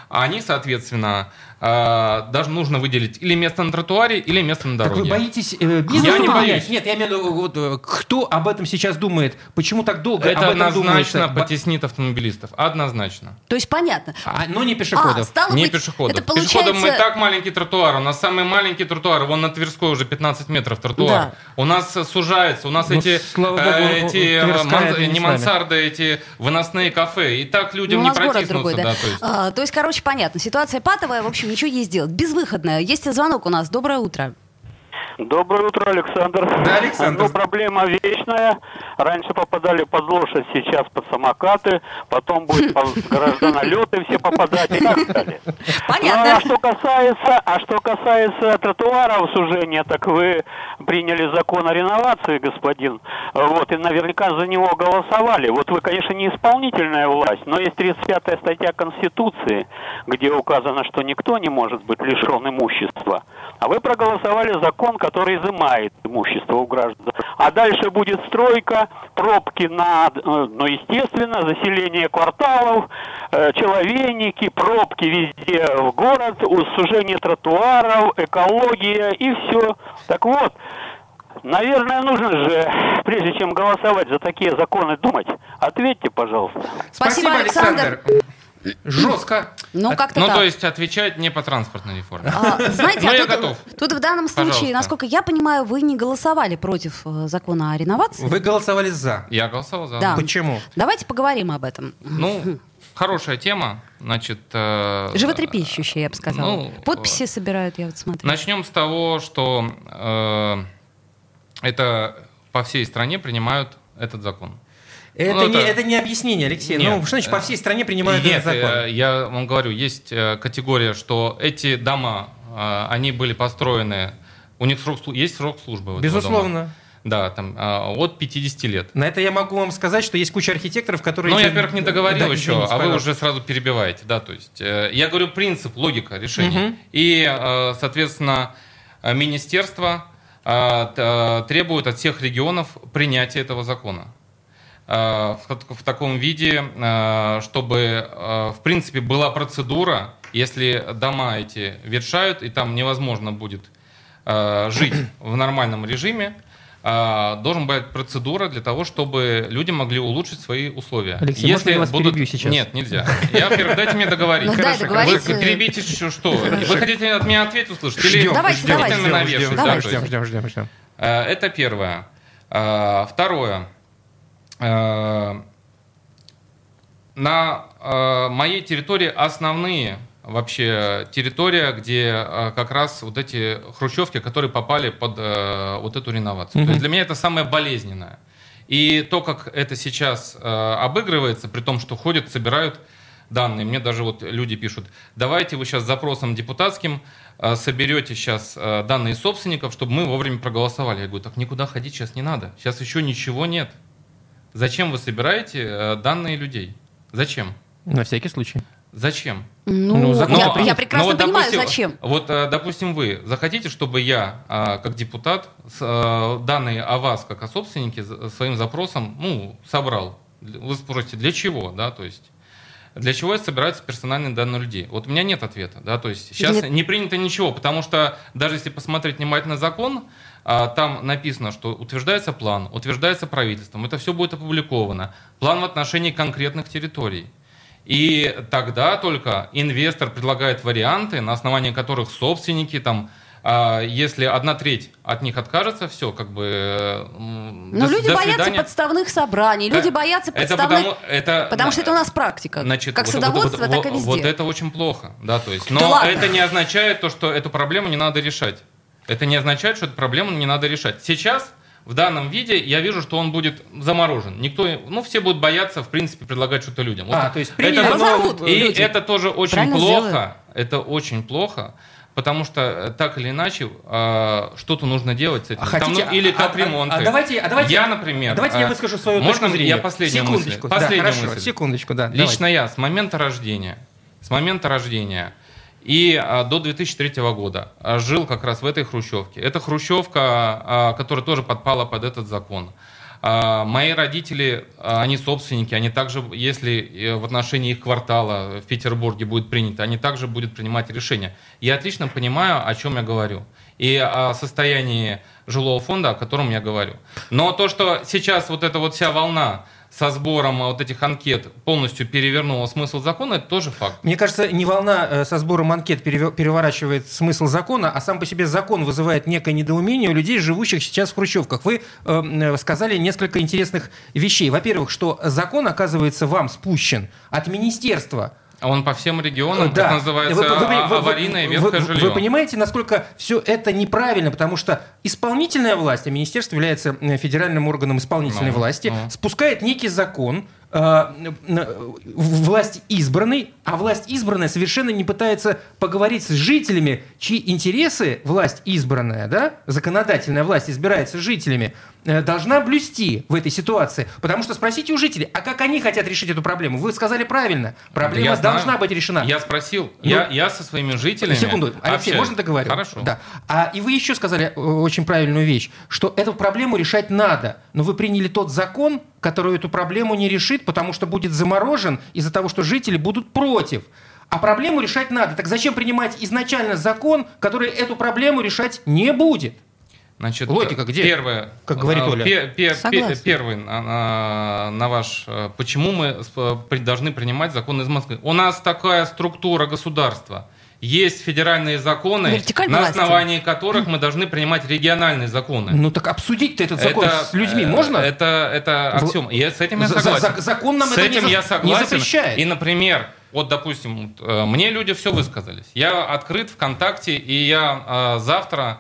[SPEAKER 4] они, соответственно, а, даже нужно выделить или место на тротуаре, или место на
[SPEAKER 3] Так
[SPEAKER 4] дороге.
[SPEAKER 3] вы боитесь э, бизнес
[SPEAKER 4] Я не
[SPEAKER 3] поменять?
[SPEAKER 4] боюсь.
[SPEAKER 3] Нет, я имею в виду, вот, э, кто об этом сейчас думает? Почему так долго
[SPEAKER 4] Это
[SPEAKER 3] об этом думают?
[SPEAKER 4] однозначно потеснит автомобилистов. Однозначно.
[SPEAKER 2] То есть понятно.
[SPEAKER 3] А, но не пешеходов.
[SPEAKER 2] А, стало
[SPEAKER 4] не
[SPEAKER 2] быть,
[SPEAKER 4] пешеходов.
[SPEAKER 2] это получается...
[SPEAKER 4] Пешеходам мы и так маленький тротуар. У нас самый маленький тротуар. Вон на Тверской уже 15 метров тротуар.
[SPEAKER 2] Да.
[SPEAKER 4] У нас э, сужается. У нас
[SPEAKER 3] Ну,
[SPEAKER 4] эти,
[SPEAKER 3] слава богу,
[SPEAKER 4] э, эти э,
[SPEAKER 3] Тверская
[SPEAKER 4] ман-
[SPEAKER 3] это не
[SPEAKER 4] не
[SPEAKER 3] с нами.
[SPEAKER 4] мансарды, эти выносные кафе. И так
[SPEAKER 2] Ну,
[SPEAKER 4] людям не
[SPEAKER 2] у нас город
[SPEAKER 4] протиснуться.
[SPEAKER 2] другой, да.
[SPEAKER 4] да, то есть.
[SPEAKER 2] А, то есть, короче, понятно. Ситуация патовая, в общем, ничего не сделать. Безвыходная. Есть и звонок у нас. Доброе утро.
[SPEAKER 7] Доброе утро, Александр.
[SPEAKER 3] Да, Александр.
[SPEAKER 7] Ну, проблема вечная. Раньше попадали под лошадь, сейчас под самокаты, потом будет под
[SPEAKER 3] <laughs>
[SPEAKER 7] гражданолеты все попадать и так далее. Ну, а
[SPEAKER 2] Понятно.
[SPEAKER 7] что касается, а что касается тротуаров сужения, так вы приняли закон о реновации, господин. Вот, и наверняка за него голосовали. Вот вы, конечно, не исполнительная власть, но есть 35 статья Конституции, где указано, что никто не может быть лишен имущества. А вы проголосовали закон, который изымает имущество у граждан. А дальше будет стройка, пробки на, э, ну, естественно, заселение кварталов, э, человейники, пробки везде в город, у- сужение тротуаров, экология и все. Так вот, наверное, нужно же, прежде чем голосовать за такие законы, думать. Ответьте, пожалуйста.
[SPEAKER 2] Спасибо, Александр.
[SPEAKER 4] Жестко.
[SPEAKER 2] Ну, как-то
[SPEAKER 4] Ну,
[SPEAKER 2] так.
[SPEAKER 4] то есть отвечать не по транспортной реформе.
[SPEAKER 2] А, знаете,
[SPEAKER 4] Но
[SPEAKER 2] а
[SPEAKER 4] я
[SPEAKER 2] тут,
[SPEAKER 4] готов.
[SPEAKER 2] тут в данном случае,
[SPEAKER 4] Пожалуйста.
[SPEAKER 2] насколько я понимаю, вы не голосовали против э, закона о реновации.
[SPEAKER 3] Вы голосовали за.
[SPEAKER 4] Я голосовал за.
[SPEAKER 2] Да.
[SPEAKER 3] Почему?
[SPEAKER 2] Давайте поговорим об этом.
[SPEAKER 4] Ну, хорошая тема. Значит, э,
[SPEAKER 2] Животрепещущая, я бы сказала.
[SPEAKER 4] ну,
[SPEAKER 2] Подписи собирают, я вот смотрю.
[SPEAKER 4] Начнем с того, что э, это по всей стране принимают этот закон.
[SPEAKER 3] Это,
[SPEAKER 4] Ну,
[SPEAKER 3] не,
[SPEAKER 4] это-
[SPEAKER 3] это не объяснение, Алексей.
[SPEAKER 4] Нет.
[SPEAKER 3] Ну, что значит, по всей стране принимают
[SPEAKER 4] Нет,
[SPEAKER 3] этот закон?
[SPEAKER 4] э, я вам говорю, есть э, категория, что эти дома, э, они были построены, у них срок, слу- есть срок службы. у этого дома.
[SPEAKER 3] Безусловно.
[SPEAKER 4] Да, там э, от 50 лет.
[SPEAKER 3] На это я могу вам сказать, что есть куча архитекторов, которые...
[SPEAKER 4] Ну, я,
[SPEAKER 3] эти-
[SPEAKER 4] во-первых, не договорил
[SPEAKER 3] Да,
[SPEAKER 4] еще,
[SPEAKER 3] извините,
[SPEAKER 4] а вы
[SPEAKER 3] пожалуйста.
[SPEAKER 4] уже сразу перебиваете, да, то есть э, я говорю принцип, логика решения.
[SPEAKER 3] Мгм.
[SPEAKER 4] И, э, соответственно, э, министерство э, т- э, требует от всех регионов принятия этого закона Э, в, так- в таком виде, э, чтобы, э, в принципе, была процедура, если дома эти ветшают, и там невозможно будет э,
[SPEAKER 3] <clears throat>
[SPEAKER 4] жить в нормальном режиме, э, должен быть процедура для того, чтобы люди могли улучшить свои условия.
[SPEAKER 3] Алексей, можно я вас перебью сейчас?
[SPEAKER 4] Нет, нельзя. Я, во-первых, дайте мне договорить.
[SPEAKER 2] Ну да,
[SPEAKER 4] Хорошо.
[SPEAKER 2] договорите.
[SPEAKER 4] Вы перебите еще что? Вы хотите от меня ответ услышать? Или
[SPEAKER 3] Ждем,
[SPEAKER 2] Давайте,
[SPEAKER 3] ждем,
[SPEAKER 2] давайте.
[SPEAKER 4] действительно
[SPEAKER 3] ждем,
[SPEAKER 4] навешать,
[SPEAKER 3] ждем,
[SPEAKER 4] да,
[SPEAKER 2] давайте.
[SPEAKER 4] то
[SPEAKER 3] ждем,
[SPEAKER 4] есть?
[SPEAKER 3] ждем, ждем, ждем.
[SPEAKER 4] Э, Это первое. Э, Второе. Э, На э, моей территории основные вообще территория, где э, как раз вот эти хрущевки, которые попали под э, вот эту реновацию. То
[SPEAKER 3] Мгм.
[SPEAKER 4] есть для меня это самое болезненное. И то, как это сейчас э, обыгрывается, при том, что ходят, собирают данные. Мне даже вот люди пишут, давайте вы сейчас запросом депутатским э, соберете сейчас э, данные собственников, чтобы мы вовремя проголосовали. Я говорю, так никуда ходить сейчас не надо. Сейчас еще ничего нет. Зачем вы собираете э, данные людей? Зачем?
[SPEAKER 3] На всякий случай.
[SPEAKER 4] Зачем?
[SPEAKER 2] Ну,
[SPEAKER 3] ну, закон
[SPEAKER 2] я,
[SPEAKER 3] принят.
[SPEAKER 2] я
[SPEAKER 4] но
[SPEAKER 2] прекрасно
[SPEAKER 4] вот,
[SPEAKER 2] понимаю,
[SPEAKER 4] допустим,
[SPEAKER 2] зачем.
[SPEAKER 4] Вот, э, допустим, вы захотите, чтобы я, э, как депутат, с, э, данные о вас, как о собственнике, за- своим запросом, ну, собрал. Вы спросите, для чего, да, то есть... Для чего я собираются персональные данные людей? Вот у меня нет ответа, да, то есть сейчас
[SPEAKER 2] Нет.
[SPEAKER 4] не принято ничего, потому что даже если посмотреть внимательно закон, а, там написано, что утверждается план, утверждается правительством, это все будет опубликовано, план в отношении конкретных территорий. И тогда только инвестор предлагает варианты, на основании которых собственники там, а, если одна треть от них откажется, все, как бы... э, м,
[SPEAKER 2] Но
[SPEAKER 4] до-
[SPEAKER 2] Ну, люди
[SPEAKER 4] до
[SPEAKER 2] боятся
[SPEAKER 4] свидания.
[SPEAKER 2] подставных собраний, люди
[SPEAKER 4] Да.
[SPEAKER 2] боятся
[SPEAKER 4] Это
[SPEAKER 2] подставных...
[SPEAKER 4] потому- это-
[SPEAKER 2] потому что это у нас практика.
[SPEAKER 4] Значит,
[SPEAKER 2] как
[SPEAKER 4] вот- вот-
[SPEAKER 2] садоводство,
[SPEAKER 4] вот-
[SPEAKER 2] так и
[SPEAKER 4] вот-
[SPEAKER 2] везде.
[SPEAKER 4] Вот это очень плохо, да, то есть.
[SPEAKER 2] Да
[SPEAKER 4] Но
[SPEAKER 2] ладно.
[SPEAKER 4] это не означает то, что эту проблему не надо решать. Это не означает, что эту проблему не надо решать. Сейчас в данном виде я вижу, что он будет заморожен. Никто, ну, все будут бояться, в принципе, предлагать что-то людям. Вот
[SPEAKER 3] А, то есть
[SPEAKER 4] это
[SPEAKER 3] принято,
[SPEAKER 4] было-
[SPEAKER 2] Разорвут
[SPEAKER 4] и
[SPEAKER 2] люди.
[SPEAKER 4] это тоже очень
[SPEAKER 2] Правильно
[SPEAKER 4] плохо.
[SPEAKER 2] сделают.
[SPEAKER 4] Это очень плохо. Потому что э, так или иначе э, что-то нужно делать с этим.
[SPEAKER 3] А хотите-
[SPEAKER 4] ну, или
[SPEAKER 3] а- а-
[SPEAKER 4] капремонты.
[SPEAKER 3] а давайте- а давайте-
[SPEAKER 4] я, например.
[SPEAKER 3] Давайте я
[SPEAKER 4] э,
[SPEAKER 3] выскажу свою
[SPEAKER 4] можно
[SPEAKER 3] точку зрения.
[SPEAKER 4] я последнюю мысль?
[SPEAKER 3] Секундочку.
[SPEAKER 4] Последнюю
[SPEAKER 3] да, хорошо,
[SPEAKER 4] мысль.
[SPEAKER 3] секундочку, да.
[SPEAKER 4] Лично я с момента рождения, с момента рождения и а, до 2003 года а, жил как раз в этой хрущевке. Это хрущевка, а, которая тоже подпала под этот закон. А, мои родители, а, они собственники, они также, если э, в отношении их квартала в Петербурге будет принято, они также будут принимать решения. Я отлично понимаю, о чем я говорю. И о состоянии жилого фонда, о котором я говорю. Но то, что сейчас вот эта вот вся волна со сбором а, вот этих анкет полностью перевернула смысл закона, это тоже факт.
[SPEAKER 3] Мне кажется, не волна э, со сбором анкет переве- переворачивает смысл закона, а сам по себе закон вызывает некое недоумение у людей, живущих сейчас в хрущевках. Вы э, м, сказали несколько интересных вещей. Во-первых, что закон, оказывается, вам спущен от министерства.
[SPEAKER 4] А Он по всем регионам,
[SPEAKER 3] Да.
[SPEAKER 4] это называется
[SPEAKER 3] Вы- вы- вы-
[SPEAKER 4] а-
[SPEAKER 3] вы-
[SPEAKER 4] аварийное
[SPEAKER 3] вы-
[SPEAKER 4] ветхое
[SPEAKER 3] вы-
[SPEAKER 4] жилье.
[SPEAKER 3] Вы понимаете, насколько все это неправильно, потому что исполнительная власть, а министерство является э, федеральным органом исполнительной
[SPEAKER 4] Ну,
[SPEAKER 3] власти,
[SPEAKER 4] ну.
[SPEAKER 3] спускает некий закон, э, н- н- в- власть избранной, а власть избранная совершенно не пытается поговорить с жителями, чьи интересы власть избранная, да, законодательная власть избирается жителями, э, должна блюсти в этой ситуации. Потому что спросите у жителей, а как они хотят решить эту проблему? Вы сказали правильно, проблема
[SPEAKER 4] Я знаю.
[SPEAKER 3] должна быть решена.
[SPEAKER 4] Я спросил,
[SPEAKER 3] Ну,
[SPEAKER 4] я, я со своими жителями.
[SPEAKER 3] Секунду, Алексей,
[SPEAKER 4] общаюсь.
[SPEAKER 3] можно договорить?
[SPEAKER 4] А Хорошо.
[SPEAKER 3] Да. А, и вы еще сказали э, очень правильную вещь, что эту проблему решать надо, но вы приняли тот закон, который эту проблему не решит, потому что будет заморожен из-за того, что жители будут против. А проблему решать надо. Так зачем принимать изначально закон, который эту проблему решать не будет?
[SPEAKER 4] Значит,
[SPEAKER 3] Логика где?
[SPEAKER 4] Первое.
[SPEAKER 3] Как говорит
[SPEAKER 4] а,
[SPEAKER 3] Оля.
[SPEAKER 4] пе- пе- пе-
[SPEAKER 2] Согласна.
[SPEAKER 4] первый на, на- на ваш. э, Почему мы сп- при- должны принимать закон из Москвы? У нас такая структура государства. Есть федеральные законы,
[SPEAKER 2] Вертикаль
[SPEAKER 4] на
[SPEAKER 2] власти.
[SPEAKER 4] основании которых мы должны принимать региональные законы.
[SPEAKER 3] Ну так обсудить-то этот закон с людьми
[SPEAKER 4] э,
[SPEAKER 3] можно?
[SPEAKER 4] Это, это
[SPEAKER 3] В-
[SPEAKER 4] аксиома. Я с этим я
[SPEAKER 3] За- за-
[SPEAKER 4] согласен.
[SPEAKER 3] за- закон нам
[SPEAKER 4] с
[SPEAKER 3] это не
[SPEAKER 4] этим
[SPEAKER 3] за-
[SPEAKER 4] я
[SPEAKER 3] не
[SPEAKER 4] согласен.
[SPEAKER 3] запрещает.
[SPEAKER 4] И, например, вот, допустим, вот, э, мне люди все высказались. Я открыт ВКонтакте, и я э, завтра,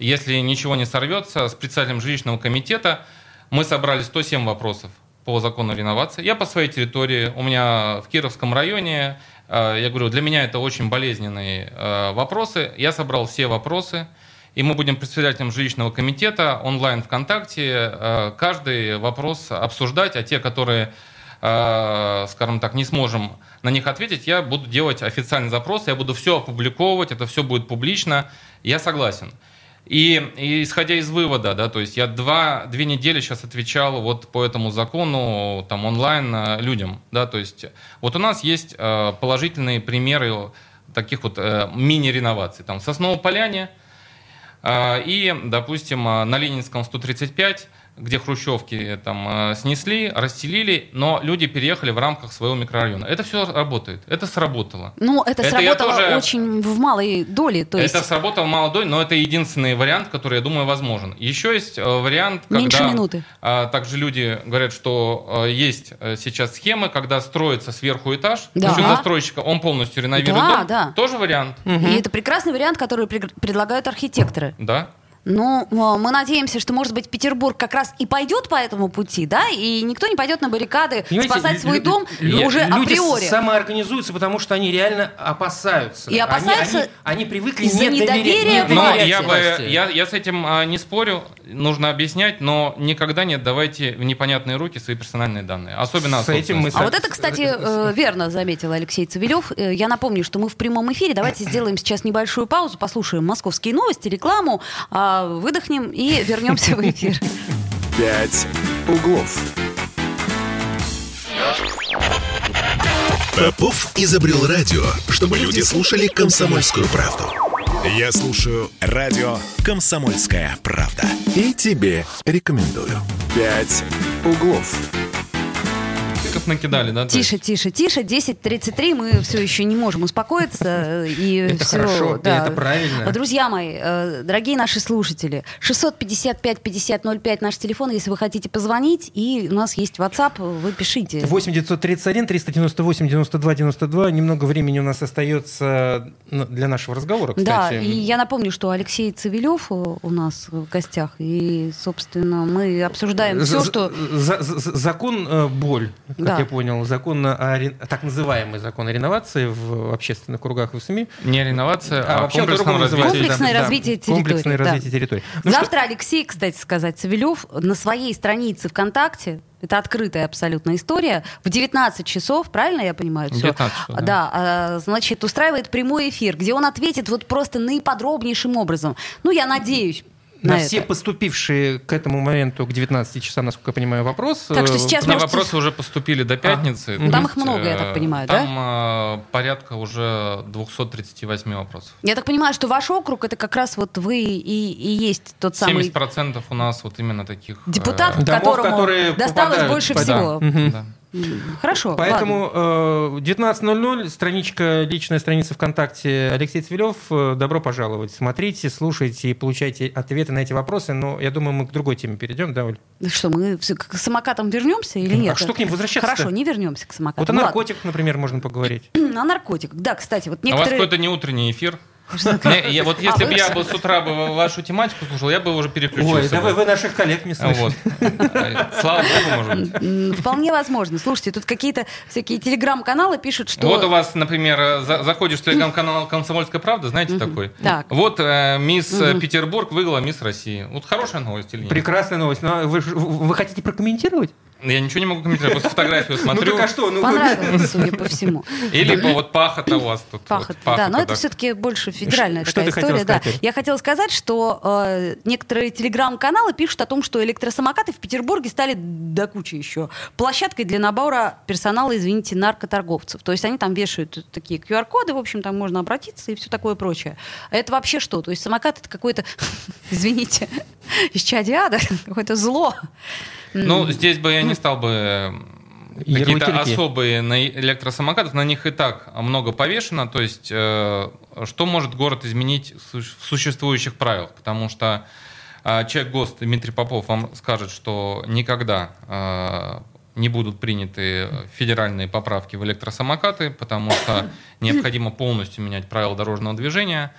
[SPEAKER 4] если ничего не сорвется, с председателем жилищного комитета мы собрали 107 вопросов по закону о реновации. Я по своей территории, у меня в Кировском районе, э, я говорю, для меня это очень болезненные э, вопросы. Я собрал все вопросы. И мы будем председателем жилищного комитета онлайн ВКонтакте э, каждый вопрос обсуждать, а те, которые, э, скажем так, не сможем на них ответить, я буду делать официальный запрос, я буду все опубликовывать, это все будет публично. Я согласен. И, и исходя из вывода, да, то есть я два, две недели сейчас отвечал вот по этому закону там онлайн э, людям, да, то есть вот у нас есть э, положительные примеры таких вот э, мини-реноваций, там в Сосновой Поляне, а, И, допустим, а, на Ленинском 135, где хрущевки там а, снесли, расселили, но люди переехали в рамках своего микрорайона. Это все работает, это сработало.
[SPEAKER 2] Ну, это,
[SPEAKER 4] Это я
[SPEAKER 2] сработало
[SPEAKER 4] тоже-
[SPEAKER 2] очень в малой доле. То есть
[SPEAKER 4] это сработало мало доль, но это единственный вариант, который, я думаю, возможен. Еще есть э, вариант, когда...
[SPEAKER 2] меньше минуты.
[SPEAKER 4] А, Также люди говорят, что э, есть э, сейчас схемы, когда строится сверху этаж,
[SPEAKER 2] Да.
[SPEAKER 4] за счет застройщика, он полностью реновирует
[SPEAKER 2] Да,
[SPEAKER 4] дом.
[SPEAKER 2] да.
[SPEAKER 4] Тоже вариант,
[SPEAKER 2] И это прекрасный вариант, который пред- предлагают архитекторы.
[SPEAKER 4] да.
[SPEAKER 2] Ну, э, мы надеемся, что, может быть, Петербург как раз и пойдет по этому пути, да, и никто не пойдет на баррикады
[SPEAKER 3] Понимаете,
[SPEAKER 2] спасать свой
[SPEAKER 3] лю-
[SPEAKER 2] дом
[SPEAKER 3] лю-
[SPEAKER 2] уже
[SPEAKER 3] люди
[SPEAKER 2] априори.
[SPEAKER 3] с- самоорганизуются, потому что они реально опасаются.
[SPEAKER 2] И
[SPEAKER 3] Они-
[SPEAKER 2] опасаются
[SPEAKER 3] они, они привыкли
[SPEAKER 2] из-за
[SPEAKER 3] не доверять-
[SPEAKER 2] недоверия
[SPEAKER 3] не
[SPEAKER 4] Но
[SPEAKER 3] доверять
[SPEAKER 4] Ну, я бы,
[SPEAKER 3] власти.
[SPEAKER 4] я, я с этим а, не спорю, нужно объяснять, но никогда не отдавайте в непонятные руки свои персональные данные, особенно
[SPEAKER 3] С
[SPEAKER 4] о собственности.
[SPEAKER 3] этим мы
[SPEAKER 2] А вот это, кстати, э, верно заметил Алексей Цивилев. Э, Я напомню, что мы в прямом эфире.
[SPEAKER 3] <coughs>
[SPEAKER 2] Давайте сделаем сейчас небольшую паузу, послушаем московские новости, рекламу, а, выдохнем
[SPEAKER 3] <laughs>
[SPEAKER 2] и вернемся в эфир.
[SPEAKER 1] «Пять углов». Попов изобрел радио, чтобы люди слушали комсомольскую правду. Я слушаю радио «Комсомольская правда». И тебе рекомендую. «Пять углов».
[SPEAKER 4] Тыков накидали, да? то
[SPEAKER 2] Тише, тише, тише. 10.33. Мы все еще не можем успокоиться. э, И
[SPEAKER 3] Это
[SPEAKER 2] всё,
[SPEAKER 3] хорошо, и
[SPEAKER 2] да.
[SPEAKER 3] это правильно.
[SPEAKER 2] Друзья мои, э, дорогие наши слушатели, 655-5005 наш телефон, если вы хотите позвонить. И у нас есть WhatsApp, вы пишите.
[SPEAKER 3] 8 931 398 92 92. Немного времени у нас остается ну, для нашего разговора,
[SPEAKER 2] Да,
[SPEAKER 3] кстати.
[SPEAKER 2] и я напомню, что Алексей Цивилев э, у нас в гостях, и, собственно, мы обсуждаем
[SPEAKER 3] За-
[SPEAKER 2] все,
[SPEAKER 3] за-
[SPEAKER 2] что...
[SPEAKER 3] за- за- закон э, боль, как
[SPEAKER 2] Да.
[SPEAKER 3] я понял, закон о рен- так называемый закон о реновации в общественных кругах и в СМИ.
[SPEAKER 4] есть Не реновация,
[SPEAKER 3] А
[SPEAKER 4] а,
[SPEAKER 3] вообще
[SPEAKER 4] комплексное
[SPEAKER 3] по-другому
[SPEAKER 4] развитие.
[SPEAKER 3] называется,
[SPEAKER 2] Комплексное
[SPEAKER 3] да.
[SPEAKER 2] развитие территории,
[SPEAKER 3] Комплексное
[SPEAKER 2] да.
[SPEAKER 3] развитие территории. Ну что-
[SPEAKER 2] Завтра Алексей, кстати сказать, Савелев на своей странице ВКонтакте, это открытая абсолютно история, в 19 часов, правильно я понимаю? всё?
[SPEAKER 4] 19 часов, да.
[SPEAKER 2] Да, а, значит, устраивает прямой эфир, где он ответит вот просто наиподробнейшим образом. Ну, я надеюсь, на,
[SPEAKER 3] На
[SPEAKER 2] это?
[SPEAKER 3] все поступившие к этому моменту, к 19 часам, насколько я понимаю, вопрос.
[SPEAKER 2] Так что
[SPEAKER 3] э,
[SPEAKER 2] сейчас
[SPEAKER 4] На
[SPEAKER 2] можете-
[SPEAKER 4] вопросы уже поступили до пятницы.
[SPEAKER 3] Там
[SPEAKER 4] то
[SPEAKER 2] их много, я так
[SPEAKER 4] э,
[SPEAKER 2] понимаю,
[SPEAKER 4] там, да? порядка уже 238 вопросов.
[SPEAKER 2] Я так понимаю, что ваш округ это как раз вот вы и, и есть тот самый
[SPEAKER 4] 70% у нас вот именно таких... э,
[SPEAKER 2] депутат,
[SPEAKER 3] домов, которые
[SPEAKER 2] которому досталось
[SPEAKER 3] попадают
[SPEAKER 2] больше
[SPEAKER 3] под-
[SPEAKER 2] всего.
[SPEAKER 3] Мгм.
[SPEAKER 4] да. А
[SPEAKER 2] М, Хорошо. ладно.
[SPEAKER 3] Поэтому э, 19.00, страничка, личная страница ВКонтакте Алексей Цвилев. э, Добро пожаловать. Смотрите, слушайте и получайте ответы на эти вопросы. Но я думаю, мы к другой теме перейдем, да, Оль?
[SPEAKER 2] Ну Что, мы все- к самокатам вернемся или
[SPEAKER 3] А
[SPEAKER 2] нет?
[SPEAKER 3] что к ним возвращаться-то?
[SPEAKER 2] Хорошо, не вернемся к самокатам.
[SPEAKER 3] Вот о
[SPEAKER 2] Ну ладно.
[SPEAKER 3] наркотиках, например, можно поговорить.
[SPEAKER 2] О наркотиках. Да, кстати, вот
[SPEAKER 4] А у вас
[SPEAKER 2] некоторые...
[SPEAKER 4] какой-то не утренний эфир.
[SPEAKER 2] Что такое?
[SPEAKER 4] Не, я,
[SPEAKER 2] <laughs>
[SPEAKER 4] вот
[SPEAKER 2] А
[SPEAKER 4] если
[SPEAKER 2] вы-
[SPEAKER 4] бы я бы с утра бы вашу тематику слушал, я бы уже переключился.
[SPEAKER 3] Ой,
[SPEAKER 4] бы.
[SPEAKER 3] давай вы наших коллег не
[SPEAKER 4] А,
[SPEAKER 3] слышите.
[SPEAKER 4] Вот. А, Слава богу, может
[SPEAKER 2] <laughs>
[SPEAKER 4] быть.
[SPEAKER 2] М, Вполне возможно. Слушайте, тут какие-то всякие телеграм-каналы пишут, что...
[SPEAKER 4] Вот у вас, например, э, за- заходишь в телеграм-канал «Комсомольская правда», знаете такой?
[SPEAKER 2] Так.
[SPEAKER 4] Вот э, мисс э,
[SPEAKER 2] Мгм.
[SPEAKER 4] Петербург выиграла мисс России. Вот хорошая новость или нет?
[SPEAKER 3] Прекрасная новость. Но вы, ж- вы хотите прокомментировать?
[SPEAKER 4] Я ничего не могу комментировать,
[SPEAKER 2] <laughs>
[SPEAKER 4] просто фотографию
[SPEAKER 3] Ну
[SPEAKER 4] смотрю.
[SPEAKER 3] так а что? Ну, вы-
[SPEAKER 2] Понравилось, судя по всему.
[SPEAKER 4] Или по- вот пахота у вас тут. вот,
[SPEAKER 2] Пахот, да, но это все-таки больше федеральная
[SPEAKER 3] Ш- что
[SPEAKER 2] такая
[SPEAKER 3] ты хотела
[SPEAKER 2] история. Да.
[SPEAKER 3] сказать, Оль?
[SPEAKER 2] Я хотела сказать, что э, некоторые телеграм-каналы пишут о том, что электросамокаты в Петербурге стали до кучи еще площадкой для набора персонала, извините, наркоторговцев. То есть они там вешают такие QR-коды, в общем, там можно обратиться и все такое прочее. А это вообще что? То есть самокат это какой-то, <laughs> извините, <laughs> из чадиада, <laughs> какое-то зло. М.
[SPEAKER 4] Ну, здесь бы я не стал бы м, какие-то
[SPEAKER 3] Ярлыки.
[SPEAKER 4] особые на электросамокатов, на них и так много повешено, то есть э, что может город изменить в су- в существующих правилах, потому что э, человек ГОСТ Дмитрий Попов вам скажет, что никогда э, не будут приняты федеральные поправки в электросамокаты, потому что необходимо полностью менять правила дорожного движения.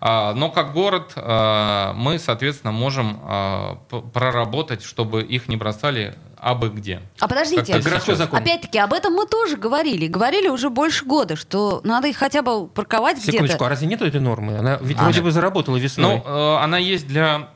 [SPEAKER 4] А, Но как город а, мы, соответственно, можем а, п- проработать, чтобы их не бросали абы где.
[SPEAKER 2] А подождите,
[SPEAKER 4] Как-то
[SPEAKER 3] городской
[SPEAKER 4] сейчас.
[SPEAKER 3] закон.
[SPEAKER 2] Опять-таки, об этом мы тоже говорили. Говорили уже больше года, что надо их хотя бы парковать
[SPEAKER 3] Секундочку,
[SPEAKER 2] где-то.
[SPEAKER 3] а разве нету этой нормы? Она ведь
[SPEAKER 4] А,
[SPEAKER 3] вроде
[SPEAKER 4] нет.
[SPEAKER 3] бы заработала весной.
[SPEAKER 4] Ну, э, она есть для,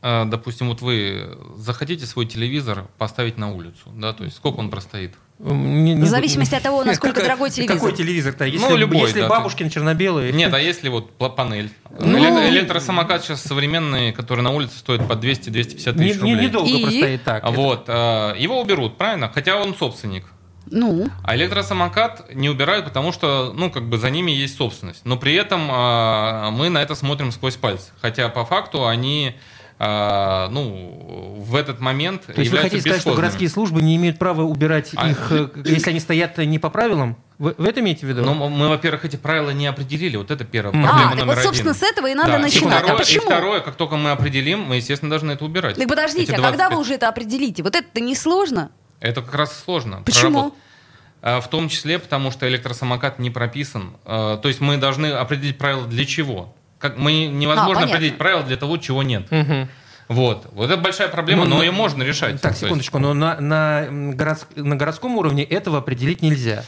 [SPEAKER 4] э, допустим, вот вы захотите свой телевизор поставить на улицу, да, то есть сколько он простоит?
[SPEAKER 2] Ну,
[SPEAKER 3] М, не- не-
[SPEAKER 2] В зависимости от того, насколько
[SPEAKER 3] Какой-
[SPEAKER 2] дорогой телевизор.
[SPEAKER 3] Какой телевизор-то? Если,
[SPEAKER 4] Ну, любой,
[SPEAKER 3] если
[SPEAKER 4] да,
[SPEAKER 3] бабушкин черно-белый.
[SPEAKER 4] Нет, а если вот пла- панель?
[SPEAKER 3] Ну-
[SPEAKER 4] Электро- Электросамокат сейчас современный, который на улице стоит по 200-250
[SPEAKER 3] не-
[SPEAKER 4] тысяч
[SPEAKER 3] не-
[SPEAKER 4] а рублей.
[SPEAKER 3] недолго
[SPEAKER 2] И?
[SPEAKER 3] простоит так.
[SPEAKER 4] А Вот, э, его уберут, правильно? Хотя он собственник.
[SPEAKER 2] Ну,
[SPEAKER 4] А электросамокат не убирают, потому что, ну, как бы за ними есть собственность. Но при этом а, мы на это смотрим сквозь пальцы. Хотя по факту они, а, ну, в этот момент
[SPEAKER 3] То есть вы
[SPEAKER 4] являются
[SPEAKER 3] хотите сказать, что
[SPEAKER 4] бесхозными.
[SPEAKER 3] городские службы не имеют права убирать
[SPEAKER 4] А-
[SPEAKER 3] их, э, если они стоят не по правилам? Вы, вы это имеете в виду?
[SPEAKER 4] Но ну, мы, во-первых, эти правила не определили. Вот это первая
[SPEAKER 3] Мгм.
[SPEAKER 4] проблема
[SPEAKER 2] а, так
[SPEAKER 4] номер
[SPEAKER 2] вот, собственно,
[SPEAKER 4] один.
[SPEAKER 2] с этого и надо
[SPEAKER 4] Да. И
[SPEAKER 2] начинать.
[SPEAKER 4] второе-
[SPEAKER 2] а почему?
[SPEAKER 4] И второе, как только мы определим, мы, естественно, должны это убирать.
[SPEAKER 2] Так подождите,
[SPEAKER 4] Эти
[SPEAKER 2] а когда
[SPEAKER 4] 25.
[SPEAKER 2] вы уже это определите? Вот это-то не сложно.
[SPEAKER 4] Это как раз сложно.
[SPEAKER 2] Почему?
[SPEAKER 4] проработать. А, В том числе, потому что электросамокат не прописан. А, То есть мы должны определить правила для чего. Как, мы невозможно
[SPEAKER 2] А, понятно.
[SPEAKER 4] определить правила для того, чего нет.
[SPEAKER 3] Мгм.
[SPEAKER 4] Вот. Вот это большая проблема,
[SPEAKER 3] Ну,
[SPEAKER 4] но
[SPEAKER 3] ну,
[SPEAKER 4] ее можно решать.
[SPEAKER 3] Так,
[SPEAKER 4] То есть-
[SPEAKER 3] секундочку, но на, на, м, городск- на городском уровне этого определить нельзя.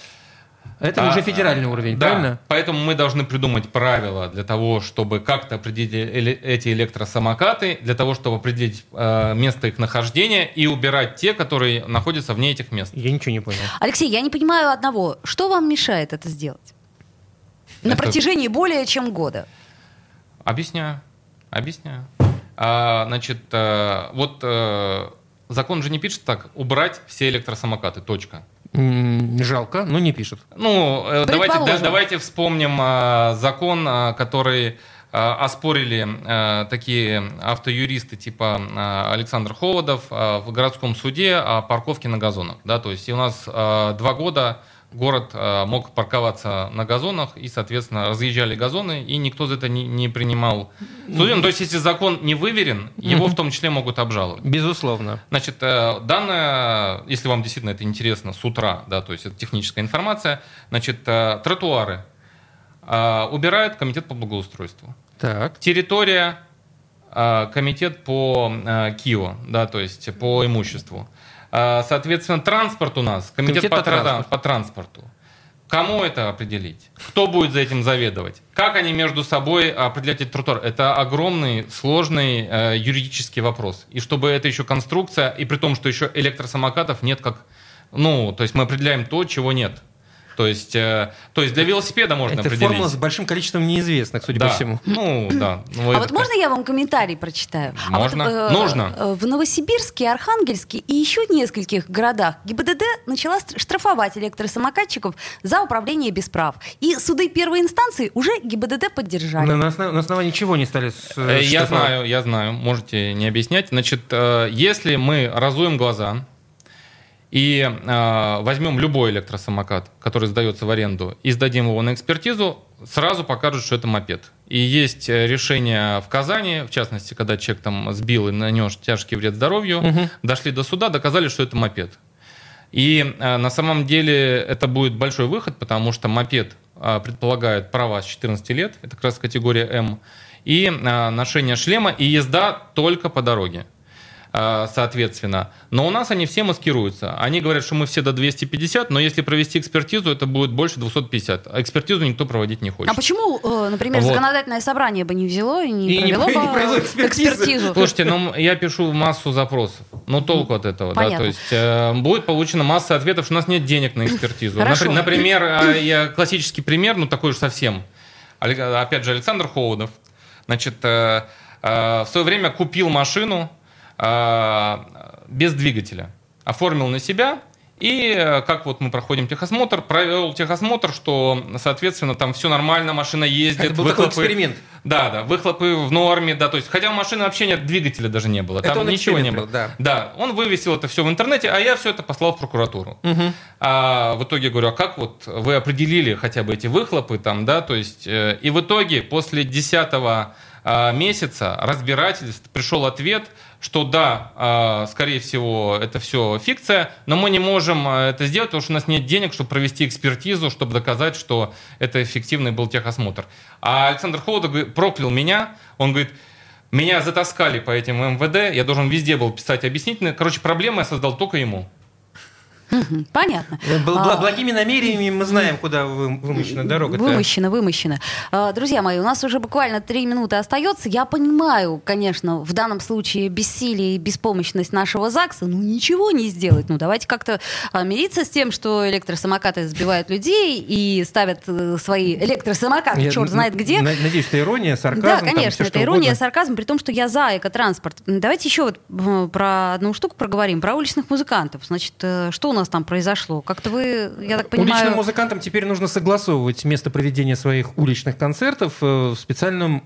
[SPEAKER 3] Это
[SPEAKER 4] А,
[SPEAKER 3] уже федеральный уровень,
[SPEAKER 4] да.
[SPEAKER 3] правильно?
[SPEAKER 4] Поэтому мы должны придумать правила для того, чтобы как-то определить эле- эти электросамокаты, для того, чтобы определить э, место их нахождения и убирать те, которые находятся вне этих мест.
[SPEAKER 3] Я ничего не понял.
[SPEAKER 2] Алексей, я не понимаю одного. Что вам мешает это сделать? На
[SPEAKER 4] Это-
[SPEAKER 2] протяжении более чем года.
[SPEAKER 4] Объясняю. Объясняю. А, значит, э, вот э, закон же не пишет так: убрать все электросамокаты. Точка.
[SPEAKER 3] М, Жалко, но не пишет.
[SPEAKER 4] Ну, э, давайте, да-
[SPEAKER 2] Предположим.
[SPEAKER 4] давайте вспомним э, закон, э, который э, оспорили э, такие автоюристы типа э, Александр Холодов э, в городском суде о парковке на газонах. Да, то есть и у нас э, два года город э, мог парковаться на газонах, и, соответственно, разъезжали газоны, и никто за это не, не принимал. судью. Ну, то есть если закон не выверен, его в том числе могут обжаловать.
[SPEAKER 3] Безусловно.
[SPEAKER 4] Значит, э, данная, если вам действительно это интересно, с утра, да, то есть это техническая информация, значит, э, тротуары э, убирает комитет по благоустройству.
[SPEAKER 3] Так.
[SPEAKER 4] Территория э, комитет по э, КИО, да, то есть по имуществу. Э, Соответственно, транспорт у нас, комитет,
[SPEAKER 3] Комитет
[SPEAKER 4] по,
[SPEAKER 3] по
[SPEAKER 4] тра-
[SPEAKER 3] транспорту.
[SPEAKER 4] по транспорту. Кому это определить? Кто будет за этим заведовать? Как они между собой определять этот тротуар? Это огромный, сложный э, юридический вопрос. И чтобы это еще конструкция, и при том, что еще электросамокатов нет как... Ну, то есть мы определяем то, чего нет. То есть, э, то есть для велосипеда можно
[SPEAKER 3] Это
[SPEAKER 4] определить.
[SPEAKER 3] формула с большим количеством неизвестных, судя
[SPEAKER 4] да.
[SPEAKER 3] по всему.
[SPEAKER 4] Ну, да. Ну,
[SPEAKER 2] А
[SPEAKER 4] это
[SPEAKER 2] вот
[SPEAKER 4] как-
[SPEAKER 2] можно я вам комментарий прочитаю? А вот,
[SPEAKER 4] Можно. Нужно.
[SPEAKER 2] э, В Новосибирске, Архангельске и еще нескольких городах ГИБДД начала стр- штрафовать электросамокатчиков за управление без прав. И суды первой инстанции уже ГИБДД поддержали.
[SPEAKER 3] На, на основ- на основании чего не стали... с-
[SPEAKER 4] Э, Я
[SPEAKER 3] штрафовать?
[SPEAKER 4] знаю, я знаю, можете не объяснять. Значит, э, если мы разуем глаза и э, возьмем любой электросамокат, который сдается в аренду, и сдадим его на экспертизу, сразу покажут, что это мопед. И есть э, решение в Казани, в частности, когда человек там сбил и нанес тяжкий вред здоровью,
[SPEAKER 3] Мгм.
[SPEAKER 4] дошли до суда, доказали, что это мопед. И э, на самом деле это будет большой выход, потому что мопед э, предполагает права с 14 лет, это как раз категория М, и э, ношение шлема и езда только по дороге, э, соответственно. Но у нас они все маскируются. Они говорят, что мы все до 250, но если провести экспертизу, это будет больше 250. А экспертизу никто проводить не хочет.
[SPEAKER 2] А почему, э, например,
[SPEAKER 4] Вот.
[SPEAKER 2] законодательное собрание бы не взяло и не
[SPEAKER 3] И не
[SPEAKER 2] провело
[SPEAKER 3] про- не
[SPEAKER 2] бы
[SPEAKER 3] провело экспертизы.
[SPEAKER 2] экспертизу?
[SPEAKER 4] Слушайте, ну я пишу массу запросов, но толку от этого, да,
[SPEAKER 2] Понятно.
[SPEAKER 4] то есть э, будет получена масса ответов, что у нас нет денег на экспертизу.
[SPEAKER 2] Хорошо.
[SPEAKER 4] Напри- Например, э, я классический пример, ну такой же совсем. Олег- а, Опять же, Александр Холодов, значит, э, э, в свое время купил машину э, без двигателя, оформил на себя. И э, как вот мы проходим техосмотр, провел техосмотр, что, соответственно, там все нормально, машина ездит.
[SPEAKER 3] Это был такой
[SPEAKER 4] выхлопы-
[SPEAKER 3] эксперимент.
[SPEAKER 4] да, да, выхлопы в норме, да, то есть, хотя у машины вообще нет двигателя даже не было,
[SPEAKER 3] Это
[SPEAKER 4] там
[SPEAKER 3] он
[SPEAKER 4] ничего не было.
[SPEAKER 3] эксперимент был,
[SPEAKER 4] да, он вывесил это все в интернете, а я все это послал в прокуратуру.
[SPEAKER 3] Мгм.
[SPEAKER 4] А в итоге говорю, а как вот вы определили хотя бы эти выхлопы там, да, то есть, э, и в итоге после 10 месяца разбирательств пришел ответ, что да, а, скорее всего, это все фикция, но мы не можем а, это сделать, потому что у нас нет денег, чтобы провести экспертизу, чтобы доказать, что это эффективный был техосмотр. А Александр Холодов говорит, проклял меня, он говорит, меня затаскали по этим МВД, я должен везде был писать объяснительно. Короче, проблемы я создал только ему.
[SPEAKER 2] Мгм, Хм, Понятно.
[SPEAKER 3] ну, Бл- бл-
[SPEAKER 2] А.
[SPEAKER 3] Благими намерениями мы знаем, куда вы- вымощена дорога.
[SPEAKER 2] Вымощено, вымощено. А, Друзья мои, у нас уже буквально три минуты остается. Я понимаю, конечно, в данном случае бессилие и беспомощность нашего ЗАГСа. Ну, ничего не сделать. Ну, давайте как-то а, мириться с тем, что электросамокаты сбивают людей и ставят э, свои электросамокаты, а, черт знает где.
[SPEAKER 3] Надеюсь, это ирония, сарказм.
[SPEAKER 2] Да,
[SPEAKER 3] там,
[SPEAKER 2] конечно,
[SPEAKER 3] всё,
[SPEAKER 2] это
[SPEAKER 3] что
[SPEAKER 2] ирония,
[SPEAKER 3] угодно.
[SPEAKER 2] сарказм, при том, что я за экотранспорт. М, Давайте еще вот м, про одну штуку проговорим, про уличных музыкантов. Значит, э, что у нас там произошло? Как-то вы, я так
[SPEAKER 3] Уличным
[SPEAKER 2] понимаю...
[SPEAKER 3] музыкантам теперь нужно согласовывать место проведения своих уличных концертов э, в специальном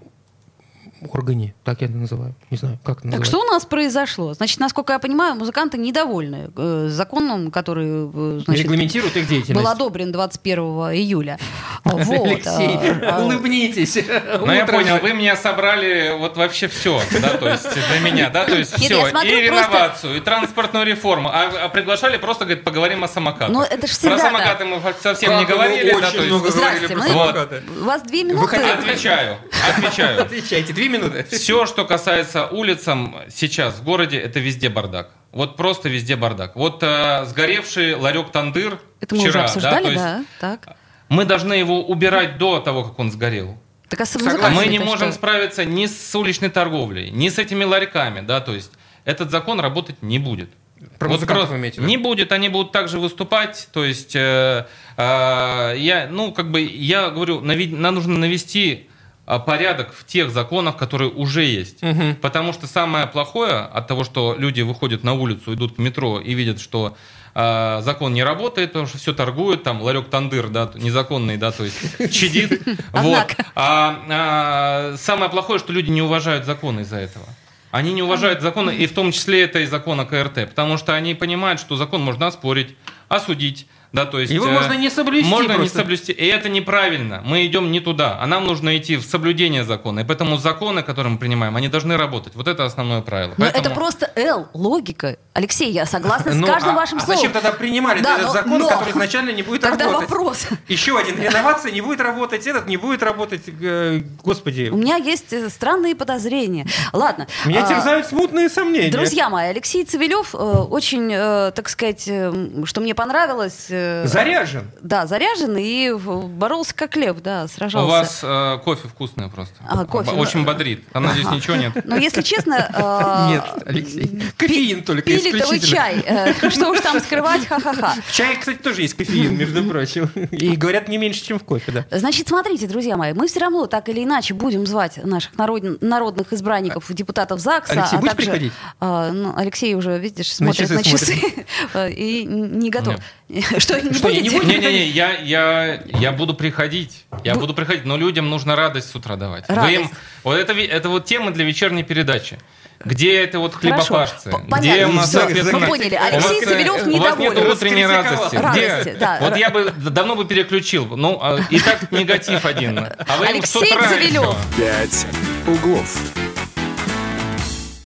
[SPEAKER 3] органе, так я это называю. Не знаю, как это
[SPEAKER 2] Так
[SPEAKER 3] называют.
[SPEAKER 2] что у нас произошло? Значит, насколько я понимаю, музыканты недовольны э, законом, который э,
[SPEAKER 3] Не
[SPEAKER 2] значит,
[SPEAKER 3] регламентируют их деятельность.
[SPEAKER 2] был одобрен 21 июля. Вот.
[SPEAKER 3] Алексей,
[SPEAKER 2] а, а,
[SPEAKER 3] улыбнитесь.
[SPEAKER 2] Ну,
[SPEAKER 4] Но Ну, я понял, вы меня собрали вот вообще все, да, то есть для меня, да, то есть
[SPEAKER 2] Нет,
[SPEAKER 4] все,
[SPEAKER 2] я смотрю
[SPEAKER 4] и
[SPEAKER 2] просто-
[SPEAKER 4] реновацию, и транспортную реформу, а, а приглашали просто, говорит, поговорим о самокатах.
[SPEAKER 2] Ну, это ж
[SPEAKER 4] Про
[SPEAKER 2] всегда
[SPEAKER 4] самокаты мы совсем не говорили, да, то есть...
[SPEAKER 2] Здравствуйте, мы-
[SPEAKER 4] самокаты.
[SPEAKER 2] у вас две минуты.
[SPEAKER 3] хотите-
[SPEAKER 4] Отвечаю, отвечаю.
[SPEAKER 3] Отвечайте, две минуты.
[SPEAKER 4] Все, что касается улицам сейчас в городе, это везде бардак. Вот просто везде бардак. Вот э, сгоревший ларек Тандыр
[SPEAKER 2] Это мы
[SPEAKER 4] вчера,
[SPEAKER 2] уже обсуждали,
[SPEAKER 4] то есть
[SPEAKER 2] да? Так.
[SPEAKER 4] Мы должны его убирать до того, как он сгорел.
[SPEAKER 2] Так а с
[SPEAKER 3] Ну,
[SPEAKER 4] А мы
[SPEAKER 2] музыкантами-то
[SPEAKER 4] не
[SPEAKER 2] что?
[SPEAKER 4] можем справиться ни с уличной торговлей, ни с этими ларьками, да, то есть этот закон работать не будет.
[SPEAKER 3] Про
[SPEAKER 4] Вот
[SPEAKER 3] музыкантов
[SPEAKER 4] просто
[SPEAKER 3] имеете в виду?
[SPEAKER 4] Не будет, они будут также выступать, то есть э, э, я, ну, как бы, я говорю, нави- нам нужно навести э, порядок в тех законах, которые уже есть.
[SPEAKER 3] Мгм.
[SPEAKER 4] Потому что самое плохое от того, что люди выходят на улицу, идут к метро и видят, что э, закон не работает, потому что все торгуют, там ларек тандыр, да, незаконный, да, то
[SPEAKER 3] <laughs>
[SPEAKER 4] есть чадит. Вот.
[SPEAKER 2] Однако.
[SPEAKER 4] А, а, самое плохое, что люди не уважают законы из-за этого. Они не уважают законы, и в том числе это и закон о КРТ, потому что они понимают, что закон можно оспорить, осудить, да, то есть...
[SPEAKER 3] Его
[SPEAKER 4] э,
[SPEAKER 3] а, можно не соблюсти
[SPEAKER 4] Можно не
[SPEAKER 3] просто.
[SPEAKER 4] соблюсти. И это неправильно. Мы идем не туда. А нам нужно идти в соблюдение закона. И поэтому законы, которые мы принимаем, они должны работать. Вот это основное правило.
[SPEAKER 2] Но
[SPEAKER 4] Поэтому-
[SPEAKER 2] Ну, это просто Л, логика. Алексей, я согласна с
[SPEAKER 3] Ну,
[SPEAKER 2] каждым
[SPEAKER 3] а-
[SPEAKER 2] вашим
[SPEAKER 3] а
[SPEAKER 2] словом.
[SPEAKER 3] зачем тогда принимали
[SPEAKER 2] Да,
[SPEAKER 3] этот
[SPEAKER 2] но-
[SPEAKER 3] закон,
[SPEAKER 2] но-
[SPEAKER 3] который изначально не будет
[SPEAKER 2] Тогда
[SPEAKER 3] работать?
[SPEAKER 2] вопрос.
[SPEAKER 3] Еще один. Реновация не будет работать, этот не будет работать. э, Господи.
[SPEAKER 2] У меня есть э, странные подозрения. Ладно.
[SPEAKER 3] Меня
[SPEAKER 2] а,
[SPEAKER 3] терзают смутные сомнения.
[SPEAKER 2] Друзья мои, Алексей Цивилев э, очень, э, так сказать, э, м, что мне понравилось, э, э,
[SPEAKER 3] Заряжен.
[SPEAKER 2] Да, заряжен и в- боролся как лев, да, сражался.
[SPEAKER 4] У вас э, кофе вкусное просто.
[SPEAKER 2] А, кофе,
[SPEAKER 4] Б- Очень
[SPEAKER 2] ну,
[SPEAKER 4] бодрит. Там, надеюсь,
[SPEAKER 2] ага.
[SPEAKER 4] ничего нет.
[SPEAKER 2] Но если
[SPEAKER 3] <laughs>
[SPEAKER 2] честно... э,
[SPEAKER 3] Нет, Алексей.
[SPEAKER 2] пи-
[SPEAKER 3] Кофеин только
[SPEAKER 2] Пили-то вы
[SPEAKER 3] исключительно.
[SPEAKER 2] чай, э, что уж там скрывать, ха-ха-ха.
[SPEAKER 3] В чае, кстати, тоже
[SPEAKER 2] <laughs>
[SPEAKER 3] есть кофеин, между прочим. И говорят, не меньше, чем в кофе, да.
[SPEAKER 2] Э, Значит, смотрите, друзья мои, мы все равно так или иначе будем звать наших народ- народных избранников, депутатов ЗАГСа.
[SPEAKER 3] Алексей,
[SPEAKER 2] а
[SPEAKER 3] будешь
[SPEAKER 2] также-
[SPEAKER 3] приходить?
[SPEAKER 2] А, ну, Алексей уже, видишь,
[SPEAKER 3] На
[SPEAKER 2] смотрит
[SPEAKER 3] часы
[SPEAKER 2] на часы, <laughs> э, и не готов. <laughs> Что, не
[SPEAKER 3] Что, не
[SPEAKER 2] будете?
[SPEAKER 3] будете?
[SPEAKER 4] Не-не-не, я, я, я буду приходить. Я
[SPEAKER 2] Бу-
[SPEAKER 4] буду приходить, но людям нужно радость с утра давать. Вы
[SPEAKER 2] Радость.
[SPEAKER 4] им- вот это, ви- это вот тема для вечерней передачи. Где это вот
[SPEAKER 2] Хорошо.
[SPEAKER 4] хлебопашцы?
[SPEAKER 2] П-
[SPEAKER 4] Где у
[SPEAKER 2] Понятно.
[SPEAKER 4] нас,
[SPEAKER 2] Всё,
[SPEAKER 4] соответственно,
[SPEAKER 2] Мы поняли.
[SPEAKER 4] у вас,
[SPEAKER 2] Алексей
[SPEAKER 4] э,
[SPEAKER 2] Савельев
[SPEAKER 4] У вас нет
[SPEAKER 2] недоволен.
[SPEAKER 4] утренней радости.
[SPEAKER 2] Радости,
[SPEAKER 4] Где?
[SPEAKER 2] да.
[SPEAKER 4] Вот я бы давно бы переключил. Ну, а, и так негатив один. А вы им с
[SPEAKER 2] Алексей
[SPEAKER 4] утра
[SPEAKER 2] Цивилев.
[SPEAKER 4] всё.
[SPEAKER 1] «Пять углов».